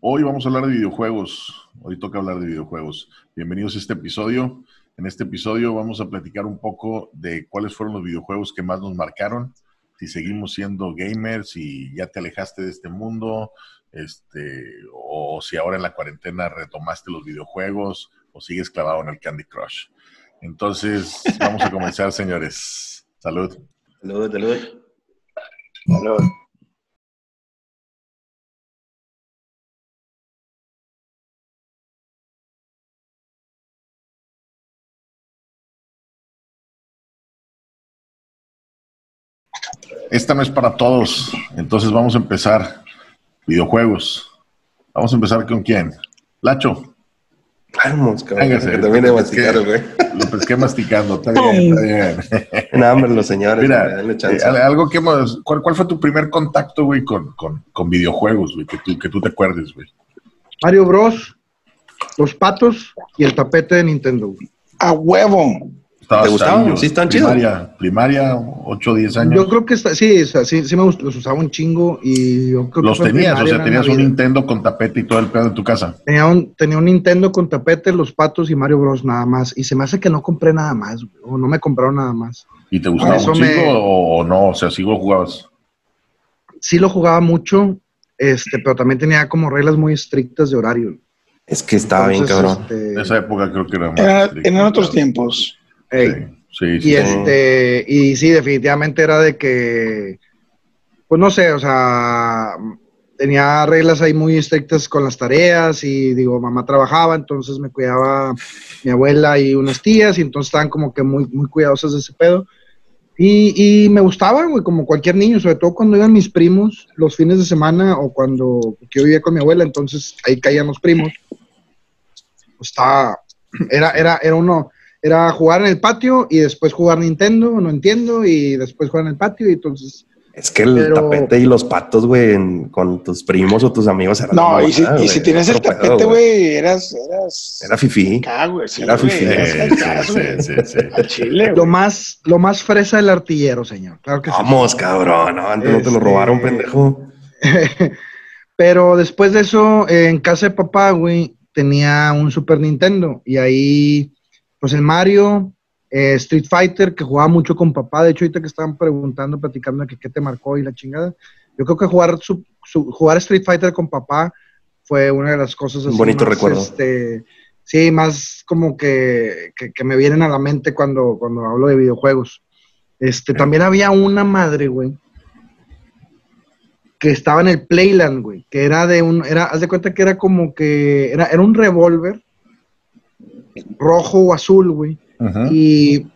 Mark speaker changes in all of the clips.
Speaker 1: Hoy vamos a hablar de videojuegos. Hoy toca hablar de videojuegos. Bienvenidos a este episodio. En este episodio vamos a platicar un poco de cuáles fueron los videojuegos que más nos marcaron. Si seguimos siendo gamers, si ya te alejaste de este mundo, este, o si ahora en la cuarentena retomaste los videojuegos o sigues clavado en el Candy Crush. Entonces, vamos a comenzar, señores. Salud.
Speaker 2: Salud, salud.
Speaker 3: Salud.
Speaker 1: Esta no es para todos, entonces vamos a empezar. Videojuegos. Vamos a empezar con quién. Lacho.
Speaker 2: Vamos, cabrón.
Speaker 1: Véngase.
Speaker 2: que también de masticar, güey.
Speaker 1: Lo pesqué masticando. Está bien, está bien.
Speaker 2: No, hambre los señores.
Speaker 1: Mira,
Speaker 2: güey, denle chance.
Speaker 1: Eh, al- algo que hemos, ¿cuál, cuál fue tu primer contacto, güey, con, con- con videojuegos, güey, que tú, que tú te acuerdes, güey?
Speaker 4: Mario Bros, los patos y el tapete de Nintendo.
Speaker 3: ¡A huevo!
Speaker 1: Estaba
Speaker 2: ¿Te gustaban?
Speaker 1: chavillo,
Speaker 2: Sí, están chidos.
Speaker 1: primaria, Primaria, 8 o 10 años.
Speaker 4: Yo creo que está- sí, o sea, sí, sí me gust- los usaba un chingo y yo creo que
Speaker 1: Los
Speaker 4: fue en
Speaker 1: tenías, o
Speaker 4: primaria,
Speaker 1: sea,
Speaker 4: era
Speaker 1: tenías un
Speaker 4: Navidad.
Speaker 1: Nintendo con tapete y todo el pedo en tu casa.
Speaker 4: Tenía un, tenía un Nintendo con tapete, los patos y Mario Bros nada más. Y se me hace que no compré nada más, güey, o no me compraron nada más.
Speaker 1: ¿Y te gustaba
Speaker 4: Ah, eso
Speaker 1: un
Speaker 4: me-
Speaker 1: chico o, o no? O sea, si lo jugabas.
Speaker 4: Sí lo jugaba mucho, este, pero también tenía como reglas muy estrictas de horario.
Speaker 2: Es que estaba bien,
Speaker 4: Entonces,
Speaker 2: cabrón.
Speaker 1: En
Speaker 4: este,
Speaker 1: esa época creo que era más.
Speaker 3: Era-
Speaker 1: estricto,
Speaker 3: eran otros
Speaker 1: Ah, claro.
Speaker 3: tiempos.
Speaker 4: ey.
Speaker 1: Sí, sí,
Speaker 4: Y
Speaker 1: sí.
Speaker 4: este, y sí, definitivamente era de que, pues no sé, o sea, tenía reglas ahí muy estrictas con las tareas y digo, mamá trabajaba, entonces me cuidaba mi abuela y unas tías y entonces estaban como que muy, muy cuidadosas de ese pedo. Y, y me gustaba, güey, como cualquier niño, sobre todo cuando iban mis primos los fines de semana o cuando porque yo vivía con mi abuela, entonces ahí caían los primos. Pues estaba, era, era, era uno, era jugar en el patio y después jugar Nintendo, no entiendo, y después jugar en el patio, y entonces,
Speaker 2: Es que el
Speaker 4: Pero-
Speaker 2: tapete y los patos, güey, en- con tus primos o tus amigos. era
Speaker 3: No,
Speaker 2: la
Speaker 3: y si,
Speaker 2: mamada,
Speaker 3: y
Speaker 2: güey,
Speaker 3: si tenías el
Speaker 2: otro pedo,
Speaker 3: tapete, güey, eras, eras.
Speaker 2: Era fifí.
Speaker 3: acá, güey. sí,
Speaker 2: era
Speaker 3: güey,
Speaker 2: fifí.
Speaker 3: eras
Speaker 1: Sí,
Speaker 3: acá,
Speaker 1: sí,
Speaker 3: güey.
Speaker 1: sí, sí, sí.
Speaker 3: A Chile,
Speaker 4: lo
Speaker 3: güey.
Speaker 4: más, lo más fresa del artillero, señor, claro que sí.
Speaker 2: Vamos, cabrón. No, antes no te lo
Speaker 4: Este-
Speaker 2: robaron, pendejo.
Speaker 4: Pero después de eso, eh, en casa de papá, güey, tenía un Super Nintendo, y ahí, pues el Mario, eh, Street Fighter, que jugaba mucho con papá, de hecho, ahorita que estaban preguntando, platicando de que qué te marcó y la chingada, yo creo que jugar, su- su- jugar Street Fighter con papá fue una de las cosas
Speaker 2: Un
Speaker 4: así
Speaker 2: bonito
Speaker 4: más,
Speaker 2: recuerdo.
Speaker 4: este, sí, más como que, que, que me vienen a la mente cuando, cuando hablo de videojuegos. Este, también había una madre, güey, que estaba en el Playland, güey, que era de un, era, haz de cuenta que era como que, era, era un revólver rojo o azul, güey,
Speaker 1: Ujú.
Speaker 4: y,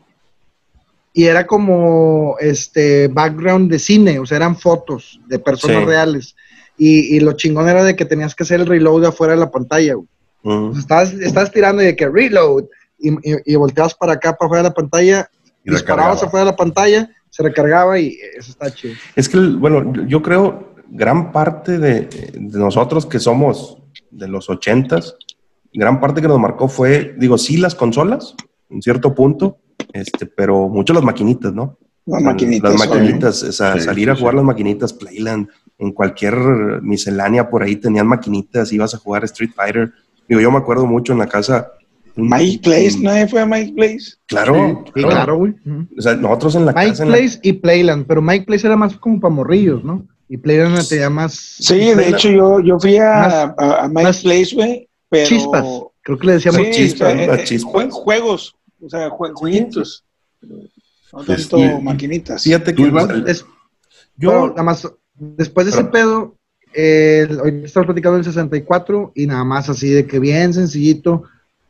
Speaker 4: y era como este background de cine, o sea, eran fotos de personas
Speaker 2: Sí.
Speaker 4: reales. Y, y lo chingón era de que tenías que hacer el reload afuera de la pantalla. Güey.
Speaker 2: Mm.
Speaker 4: Entonces, estabas, estabas tirando y de que reload, y, y, y volteabas para acá, para afuera de la pantalla,
Speaker 1: Y
Speaker 4: disparabas
Speaker 1: recargaba.
Speaker 4: afuera de la pantalla, se recargaba y eso está chido.
Speaker 2: Es que, el- bueno, yo creo gran parte de, de nosotros que somos de los ochentas, gran parte que nos marcó fue, digo, sí las consolas, en cierto punto, este, pero mucho las maquinitas, ¿no?
Speaker 3: Las maquinitas.
Speaker 2: Las
Speaker 3: güey.
Speaker 2: maquinitas, o sea,
Speaker 1: Sí,
Speaker 2: salir a
Speaker 1: sí,
Speaker 2: jugar
Speaker 1: sí.
Speaker 2: las maquinitas, Playland, en cualquier miscelánea por ahí tenían maquinitas, ibas a jugar Street Fighter. Digo, yo me acuerdo mucho en la casa.
Speaker 3: Mike Place,
Speaker 2: Mm.
Speaker 3: nadie fue a Mike Place.
Speaker 2: Claro,
Speaker 4: Sí, claro, güey. Ujú.
Speaker 2: O sea, nosotros en la
Speaker 4: Mike
Speaker 2: casa. en la-
Speaker 4: Place y Playland, pero Mike Place era más como para morrillos, ¿no? Y Playland te más...
Speaker 3: Sí, de hecho, yo, yo fui a,
Speaker 4: Más-
Speaker 3: a, a Mike
Speaker 4: más
Speaker 3: Place, güey. Pero.
Speaker 4: Chispas, creo que le decíamos
Speaker 3: Sí, o
Speaker 4: chispas.
Speaker 3: sea,
Speaker 4: ¿no?
Speaker 3: eh,
Speaker 2: Las
Speaker 3: eh,
Speaker 2: chispas.
Speaker 3: jue- Juegos. O sea, jue- jueguitos. No tanto
Speaker 1: Este-
Speaker 3: maquinitas.
Speaker 2: Fíjate
Speaker 1: ¿Tú,
Speaker 2: que
Speaker 1: Iván?
Speaker 2: el-
Speaker 4: Es-
Speaker 2: yo
Speaker 4: Pero nada más, después de ese pedo, el, hoy estamos platicando del 64 y nada más así de que bien sencillito,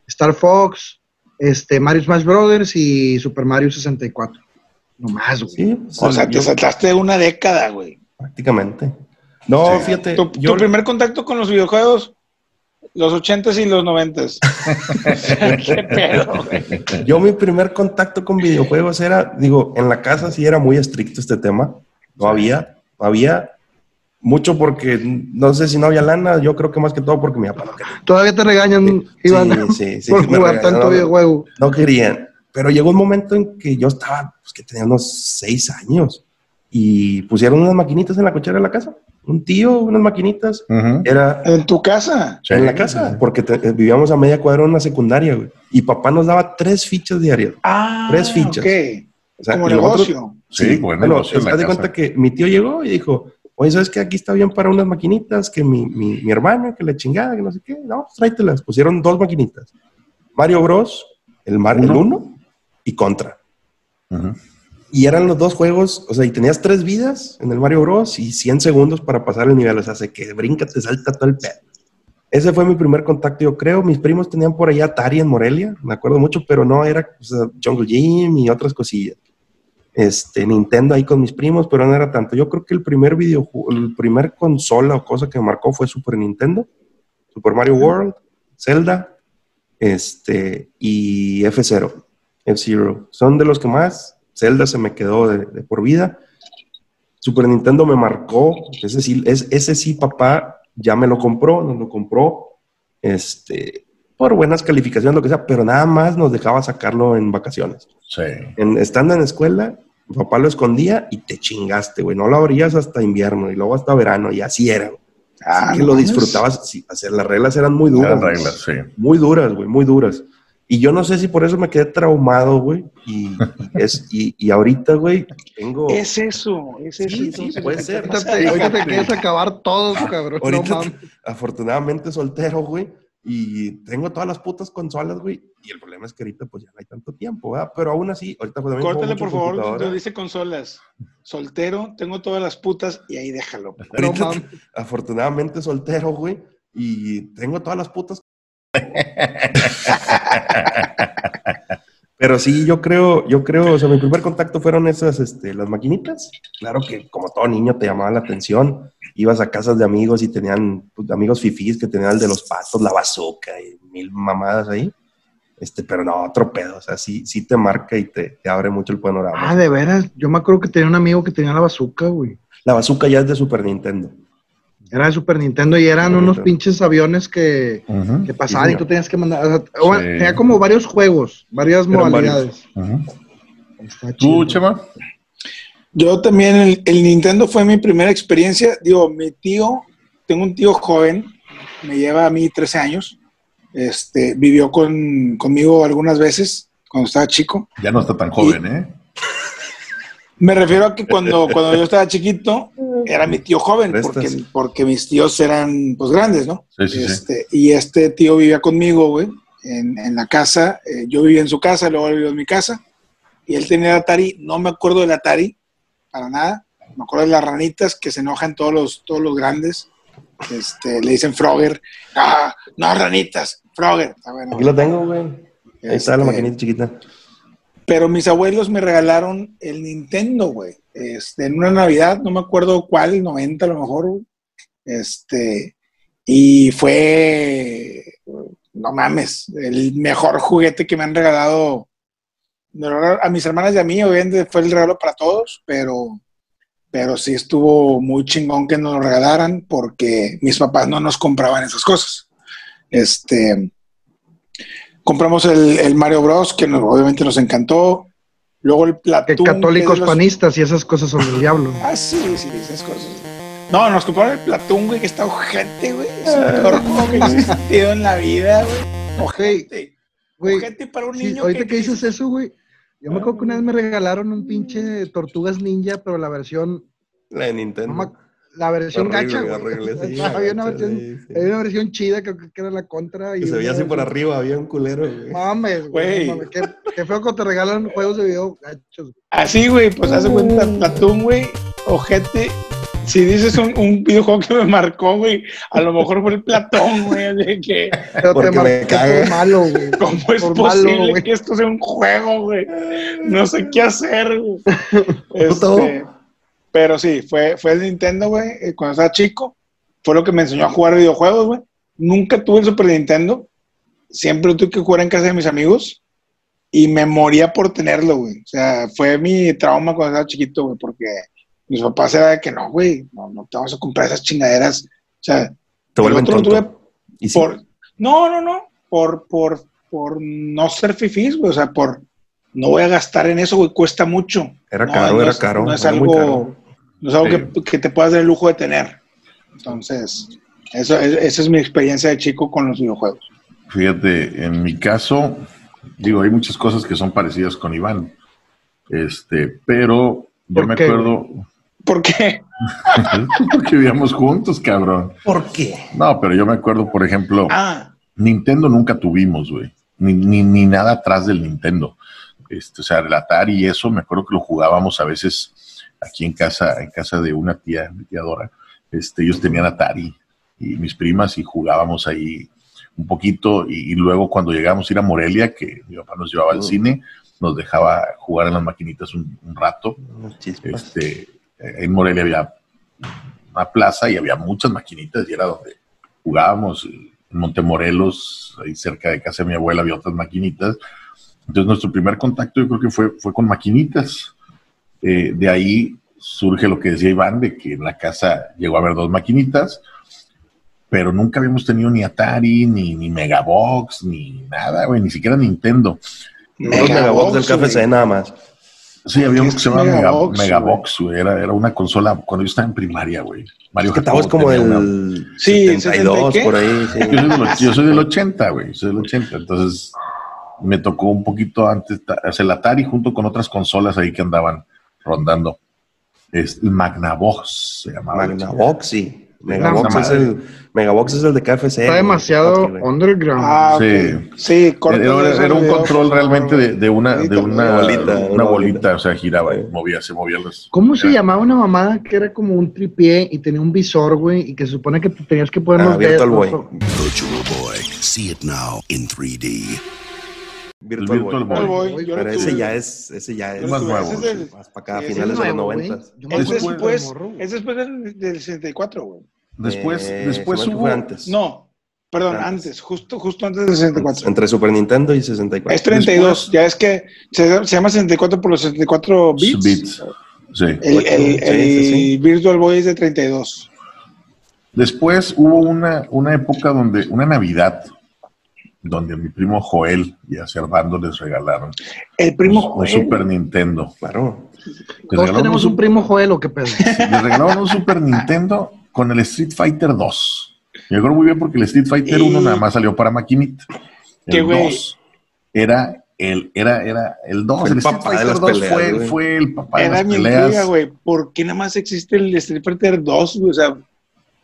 Speaker 4: Star Fox, este, Mario Smash Brothers y Super Mario 64. No más, güey.
Speaker 2: sí, o sea,
Speaker 3: O sea, te
Speaker 2: yo-
Speaker 3: saltaste una década, güey.
Speaker 2: Prácticamente. No,
Speaker 1: Sí.
Speaker 2: fíjate.
Speaker 3: Tu, tu
Speaker 2: yo-
Speaker 3: primer contacto con los videojuegos, los ochentas y los noventas. O sea, qué pedo, güey.
Speaker 2: Yo mi primer contacto con videojuegos era, digo, en la casa sí era muy estricto este tema. No había, no había mucho porque no sé si no había lana, yo creo que más que todo porque mi papá no quería.
Speaker 4: Todavía te regañan,
Speaker 2: Sí,
Speaker 4: Iván,
Speaker 2: sí, sí,
Speaker 4: por
Speaker 2: sí me
Speaker 4: jugar
Speaker 2: regañaron.
Speaker 4: tanto videojuego.
Speaker 2: No querían. Pero llegó un momento en que yo estaba, pues que tenía unos seis años y pusieron unas maquinitas en la cochera de la casa. un tío, unas maquinitas.
Speaker 1: Ujú.
Speaker 2: Era
Speaker 3: En tu casa.
Speaker 1: Sí,
Speaker 2: en la
Speaker 1: sí,
Speaker 2: casa, porque te- eh, vivíamos a media cuadra de una secundaria, güey. Y papá nos daba tres fichas diarias.
Speaker 3: Ah,
Speaker 2: Tres fichas.
Speaker 3: ok.
Speaker 2: O sea,
Speaker 3: Como
Speaker 2: y nosotros-
Speaker 3: negocio.
Speaker 1: Sí, buen
Speaker 2: bueno,
Speaker 1: negocio en
Speaker 2: haz
Speaker 1: la
Speaker 2: de
Speaker 1: casa.
Speaker 2: cuenta que mi tío llegó y dijo, oye, ¿sabes qué? Aquí está bien para unas maquinitas, que mi, mi, mi hermana, que la chingada, que no sé qué. No, pues tráetelas. Pusieron dos maquinitas. Mario Bros, el, Mar el
Speaker 1: Uno.
Speaker 2: uno y Contra.
Speaker 1: Ujú.
Speaker 2: Y eran los dos juegos, o sea, y tenías tres vidas en el Mario Bros y 100 segundos para pasar el nivel. O sea, se que brinca, te salta todo el pedo. Ese fue mi primer contacto, yo creo. Mis primos tenían por allá Atari en Morelia, me acuerdo mucho, pero no, era o sea, Jungle Gym y otras cosillas. Este, Nintendo ahí con mis primos, pero no era tanto. Yo creo que el primer videojuego, el primer consola o cosa que me marcó fue Super Nintendo, Super Mario World, Zelda, este, y F-Zero, F-Zero. Son de los que más, Zelda se me quedó de, de por vida. Super Nintendo me marcó, ese sí, es, ese sí papá ya me lo compró, nos lo compró, este, por buenas calificaciones, lo que sea, pero nada más nos dejaba sacarlo en vacaciones.
Speaker 1: Sí.
Speaker 2: En, estando en escuela, mi papá lo escondía y te chingaste, güey, no lo abrías hasta invierno y luego hasta verano y así era. güey.
Speaker 3: Ah,
Speaker 2: que
Speaker 3: no
Speaker 2: lo
Speaker 3: mames.
Speaker 2: disfrutabas, sí, hacer las reglas eran muy duras.
Speaker 1: Eran
Speaker 2: güey.
Speaker 1: reglas, sí.
Speaker 2: Muy duras, güey, muy duras. Y yo no sé si por eso me quedé traumado, güey. Y, y es, y, y ahorita, güey, tengo...
Speaker 3: Es eso, es eso.
Speaker 2: Sí, sí,
Speaker 3: entonces,
Speaker 2: puede
Speaker 3: lo que
Speaker 2: ser.
Speaker 3: te
Speaker 4: Ahorita
Speaker 3: pasa.
Speaker 4: te, ahorita te quieres acabar todos, cabrón. No
Speaker 2: Ahorita,
Speaker 4: mames.
Speaker 2: afortunadamente, soltero, güey. Y tengo todas las putas consolas, güey. Y el problema es que ahorita, pues ya no hay tanto tiempo, ¿verdad? Pero aún así, ahorita, pues también.
Speaker 3: Córtale,
Speaker 2: juego
Speaker 3: por
Speaker 2: mucho
Speaker 3: favor,
Speaker 2: computadora.
Speaker 3: lo dice consolas. Soltero, tengo todas las putas y ahí déjalo.
Speaker 4: No
Speaker 2: Ahorita,
Speaker 4: mames.
Speaker 2: afortunadamente, soltero, güey. Y tengo todas las putas. Pero sí, yo creo, yo creo, o sea, mi primer contacto fueron esas, este, las maquinitas. Claro que como todo niño te llamaba la atención. Ibas a casas de amigos y tenían pues, amigos fifís que tenían el de los patos, la bazooka y mil mamadas ahí. Este, pero no, otro pedo. O sea, sí, sí te marca y te, te abre mucho el panorama.
Speaker 4: Ah, de veras. Yo me acuerdo que tenía un amigo que tenía la bazooka, güey.
Speaker 2: La bazooka ya es de Super Nintendo.
Speaker 4: Era de Super Nintendo y eran
Speaker 2: Super
Speaker 4: unos
Speaker 2: Nintendo.
Speaker 4: pinches aviones que,
Speaker 1: Ujú,
Speaker 4: que pasaban y
Speaker 2: señor.
Speaker 4: tú tenías que mandar. o sea, o-
Speaker 1: Sí.
Speaker 4: Tenía como varios juegos, varias
Speaker 2: Eran
Speaker 4: modalidades.
Speaker 1: ujú.
Speaker 4: Está
Speaker 1: ¿Tú,
Speaker 4: chido.
Speaker 1: Chema?
Speaker 3: Yo también, el, el Nintendo fue mi primera experiencia. Digo, mi tío, tengo un tío joven, me lleva a mí 13 años. Este, vivió con, conmigo algunas veces cuando estaba chico.
Speaker 1: Ya no está tan joven, ¿eh?
Speaker 3: Me refiero a que cuando, cuando yo estaba chiquito, era mi tío joven, porque,
Speaker 2: Prestas.
Speaker 3: porque mis tíos eran pues grandes, ¿no?
Speaker 1: Sí, sí, sí.
Speaker 3: este, Y este tío vivía conmigo, güey, en, en la casa. Eh, yo vivía en su casa, luego él vivió en mi casa. Y él tenía el Atari, no me acuerdo del Atari, para nada. Me acuerdo de las ranitas que se enojan todos los, todos los grandes. Este, le dicen Frogger. Ah, no, ranitas, Frogger. Ah, bueno,
Speaker 2: Aquí la tengo, güey. Ahí está la
Speaker 3: este,
Speaker 2: maquinita chiquita.
Speaker 3: pero mis abuelos me regalaron el Nintendo, güey. Este, en una Navidad, no me acuerdo cuál, 90 a lo mejor, güey. Este, y fue, no mames, el mejor juguete que me han regalado. Me lo regalaron A mis hermanas y a mí, obviamente, fue el regalo para todos, pero, pero sí estuvo muy chingón que nos lo regalaran porque mis papás no nos compraban esas cosas. Este, compramos el, el Mario Bros, que nos- obviamente nos encantó. Luego el
Speaker 4: Que
Speaker 3: Platón.
Speaker 4: católicos panistas y esas cosas son del diablo.
Speaker 3: Ah, sí, sí, esas cosas. No, nos compraron el Platón, güey, que está ojete, güey. Es el mejor juego que ha existido en la vida, güey. Ojete.
Speaker 4: Güey,
Speaker 3: ojete para un
Speaker 4: sí,
Speaker 3: niño
Speaker 4: ahorita que
Speaker 3: dice-
Speaker 4: dices eso, güey. Yo me acuerdo que una vez me regalaron un pinche Tortugas Ninja, pero la versión,
Speaker 2: La de Nintendo.
Speaker 4: no me ac- la versión
Speaker 2: Horrible,
Speaker 4: gacha, güey.
Speaker 2: horrible, sí,
Speaker 4: Había una
Speaker 2: gacha,
Speaker 4: versión
Speaker 2: sí, sí.
Speaker 4: Hay una versión chida creo que, era la contra. Y
Speaker 2: Que se veía
Speaker 4: una
Speaker 2: así por
Speaker 4: versión-
Speaker 2: arriba, había un culero, güey.
Speaker 3: Ah,
Speaker 4: Mames, güey.
Speaker 3: Güey.
Speaker 4: no mames, Qué, qué feo que te regalan juegos de video gachos.
Speaker 3: Así, güey, pues hace cuenta Platón, güey, ojete. Si dices un, un videojuego que me marcó, güey, a lo mejor fue el Platón, güey, de que
Speaker 4: Pero
Speaker 2: Porque
Speaker 4: te
Speaker 2: me
Speaker 4: marcó
Speaker 2: caga.
Speaker 4: por malo, güey.
Speaker 3: cómo es
Speaker 4: Por malo,
Speaker 3: posible
Speaker 4: güey.
Speaker 3: que esto sea un juego, güey. No sé qué hacer, güey.
Speaker 2: Puto.
Speaker 3: Este, pero sí, fue, fue el Nintendo, güey, eh, cuando estaba chico. Fue lo que me enseñó a jugar videojuegos, güey. Nunca tuve el Super Nintendo. Siempre lo tuve que jugar en casa de mis amigos. Y me moría por tenerlo, güey. O sea, fue mi trauma cuando estaba chiquito, güey, porque mis papás era de que no, güey, no, no te vamos a comprar esas chingaderas. O sea,
Speaker 2: Te vuelven
Speaker 3: el otro lo
Speaker 2: tonto.
Speaker 3: tuve
Speaker 2: Y sí,
Speaker 3: por no no no por por por no ser fifís güey o sea por no voy a gastar en eso güey cuesta mucho
Speaker 2: era
Speaker 3: No,
Speaker 2: caro,
Speaker 3: no
Speaker 2: era
Speaker 3: es-
Speaker 2: caro.
Speaker 3: no es
Speaker 2: era muy
Speaker 3: algo
Speaker 2: caro.
Speaker 3: no es algo que, que te puedas dar el lujo de tener Entonces, eso, es- esa es mi experiencia de chico con los videojuegos.
Speaker 1: Fíjate, en mi caso, digo, hay muchas cosas que son parecidas con Iván. Este, pero yo
Speaker 4: ¿Por
Speaker 1: me
Speaker 4: qué?
Speaker 1: acuerdo
Speaker 3: ¿Por qué?
Speaker 1: porque vivíamos juntos, cabrón.
Speaker 2: ¿Por qué?
Speaker 1: No, pero yo me acuerdo, por ejemplo,
Speaker 3: Ah,
Speaker 1: Nintendo nunca tuvimos, güey. Ni, ni, ni nada atrás del Nintendo. Este, o sea, el Atari y eso, me acuerdo que lo jugábamos a veces aquí en casa, en casa de una tía, mi tía Dora. Este, ellos tenían Atari y mis primas y jugábamos ahí un poquito. Y, y luego cuando llegábamos a ir a Morelia, que mi papá nos llevaba al
Speaker 2: Mm.
Speaker 1: cine, nos dejaba jugar en las maquinitas un- un rato
Speaker 2: Chispas.
Speaker 1: este, eh, en Morelia había una plaza y había muchas maquinitas y era donde jugábamos. En Montemorelos, ahí cerca de casa de mi abuela, había otras maquinitas. Entonces nuestro primer contacto yo creo que fue, fue con maquinitas. Eh, de ahí surge lo que decía Iván, de que en la casa llegó a haber dos maquinitas, pero nunca habíamos tenido ni Atari, ni, ni Megabox, ni nada, güey, ni siquiera Nintendo.
Speaker 2: Los megabox del
Speaker 3: güey.
Speaker 2: KFC nada más.
Speaker 1: Sí, había uno que
Speaker 3: Es
Speaker 1: se llamaba Mega-
Speaker 3: Megabox,
Speaker 1: Megabox, güey. Era, era una consola cuando yo estaba en primaria, güey. Mario
Speaker 2: Es que estabas
Speaker 1: Jacobo
Speaker 2: como
Speaker 1: tenía una-
Speaker 2: del
Speaker 3: Sí,
Speaker 2: 72
Speaker 3: ¿60 y qué?
Speaker 2: por ahí.
Speaker 1: Yo soy,
Speaker 2: Sí.
Speaker 1: del, och- yo soy del 80, güey. Soy del 80. Entonces me tocó un poquito antes ta- o sea, el Atari junto con otras consolas ahí que andaban rondando. Es el Magnavox se llamaba.
Speaker 2: Magnavox, sí. Megabox
Speaker 1: Esa
Speaker 2: es el Megabox es el de KFC.
Speaker 4: Está
Speaker 2: güey.
Speaker 4: demasiado
Speaker 2: Papi, güey.
Speaker 4: underground.
Speaker 3: ah,
Speaker 1: Sí.
Speaker 3: ok. Sí,
Speaker 1: Era,
Speaker 3: corta
Speaker 1: era-
Speaker 3: eso,
Speaker 1: era un
Speaker 3: video.
Speaker 1: control realmente de, de una, de
Speaker 3: Bolita,
Speaker 1: una,
Speaker 2: una bolita,
Speaker 1: una
Speaker 2: una
Speaker 1: bolita, o sea, giraba y
Speaker 2: Sí.
Speaker 1: movía, se movía las.
Speaker 4: ¿Cómo se
Speaker 1: era-
Speaker 4: llamaba una mamada que era como un tripié y tenía un visor, güey, y que se supone que tenías que poner los
Speaker 2: Abierto al
Speaker 4: dedos?
Speaker 2: Ah, boy.
Speaker 5: Virtual Boy. See it now in 3D.
Speaker 1: El
Speaker 2: Virtual Boy.
Speaker 1: Virtual
Speaker 3: Yo lo
Speaker 1: Boy.
Speaker 3: tuve.
Speaker 2: Pero ese ya es, ese ya es
Speaker 1: más
Speaker 2: sí,
Speaker 1: nuevo,
Speaker 3: Ese es del-
Speaker 2: Más para acá,
Speaker 3: sí, ese
Speaker 2: finales de los
Speaker 4: nuevo, güey.
Speaker 2: 90.
Speaker 4: Yo me
Speaker 3: Es
Speaker 4: acuerdo
Speaker 1: Después-
Speaker 3: después,
Speaker 4: de morro, güey.
Speaker 3: es después del, del 64, güey.
Speaker 1: Después,
Speaker 2: Eh,
Speaker 1: después
Speaker 2: se me hace que
Speaker 1: hubo.
Speaker 2: fue antes.
Speaker 3: No, perdón,
Speaker 2: Antes.
Speaker 3: antes, justo, justo antes del 64.
Speaker 2: Entre Super Nintendo y 64.
Speaker 3: es 32, ya es que se, se llama 64 por los 64 bits.
Speaker 1: Bits. Sí.
Speaker 3: El,
Speaker 2: Sí,
Speaker 3: el-
Speaker 2: sí, sí.
Speaker 3: el Virtual Boy es de 32.
Speaker 1: Después hubo una, una época donde, una Navidad, donde a mi primo Joel y a Servando les regalaron
Speaker 3: El primo
Speaker 1: un, un
Speaker 3: Joel.
Speaker 1: Super Nintendo.
Speaker 2: Claro.
Speaker 1: Les
Speaker 4: Todos
Speaker 1: regalaron,
Speaker 4: tenemos un
Speaker 1: un,
Speaker 4: primo Joel, ¿o qué pedo?
Speaker 1: Super- les regalaron un Super Nintendo con el Street Fighter 2. Me acuerdo muy bien porque el Street Fighter 1
Speaker 3: Y-
Speaker 1: nada más salió para maquinita.
Speaker 3: Qué
Speaker 1: El
Speaker 3: güey.
Speaker 1: 2 era el, era, era el 2.
Speaker 2: Fue
Speaker 1: El,
Speaker 2: el
Speaker 1: Street
Speaker 2: papá de
Speaker 1: Fighter
Speaker 2: las
Speaker 1: 2
Speaker 2: peleas,
Speaker 1: fue,
Speaker 2: güey.
Speaker 1: fue el papá de
Speaker 3: Era
Speaker 1: las
Speaker 3: mi
Speaker 1: peleas.
Speaker 3: intriga, güey. ¿por qué nada más existe el Street Fighter 2? güey? O sea,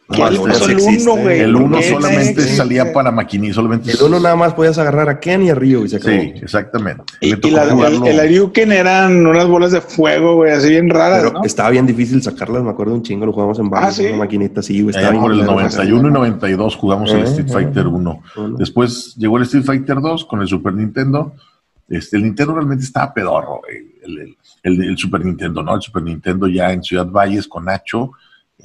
Speaker 3: ¿qué
Speaker 1: Nomás
Speaker 3: le
Speaker 1: el
Speaker 3: pasó
Speaker 1: uno
Speaker 3: al
Speaker 2: existe.
Speaker 3: uno, güey?
Speaker 1: Pues, el
Speaker 2: ¿Por
Speaker 1: 1
Speaker 2: qué
Speaker 3: nadie
Speaker 1: solamente
Speaker 3: existe?
Speaker 1: salía para maquinita. Solamente
Speaker 2: El uno nada más podías agarrar a Ken y a Ryu y se acabó.
Speaker 1: Sí, exactamente.
Speaker 3: Y,
Speaker 1: Le tocó
Speaker 3: y la- el,
Speaker 1: jugarlo.
Speaker 3: el Ariuken eran unas bolas de fuego, güey, así bien raras,
Speaker 2: Pero
Speaker 3: Ah, ¿no?
Speaker 2: estaba bien difícil sacarlas, me acuerdo un chingo, lo jugamos en varios,
Speaker 3: Ah, ¿sí?
Speaker 2: una maquinita así, güey.
Speaker 1: Allá
Speaker 2: estaba
Speaker 1: por
Speaker 2: bien
Speaker 1: el
Speaker 2: culero
Speaker 1: 91 y 92 jugamos el
Speaker 2: Ajá.
Speaker 1: Street Fighter 1.
Speaker 2: sacarlas.
Speaker 1: Después llegó el Street Fighter 2 con el Super Nintendo. Este, el Nintendo realmente estaba pedorro. El, el- el- el Super Nintendo, ¿no? El Super Nintendo ya en Ciudad Valles con Nacho.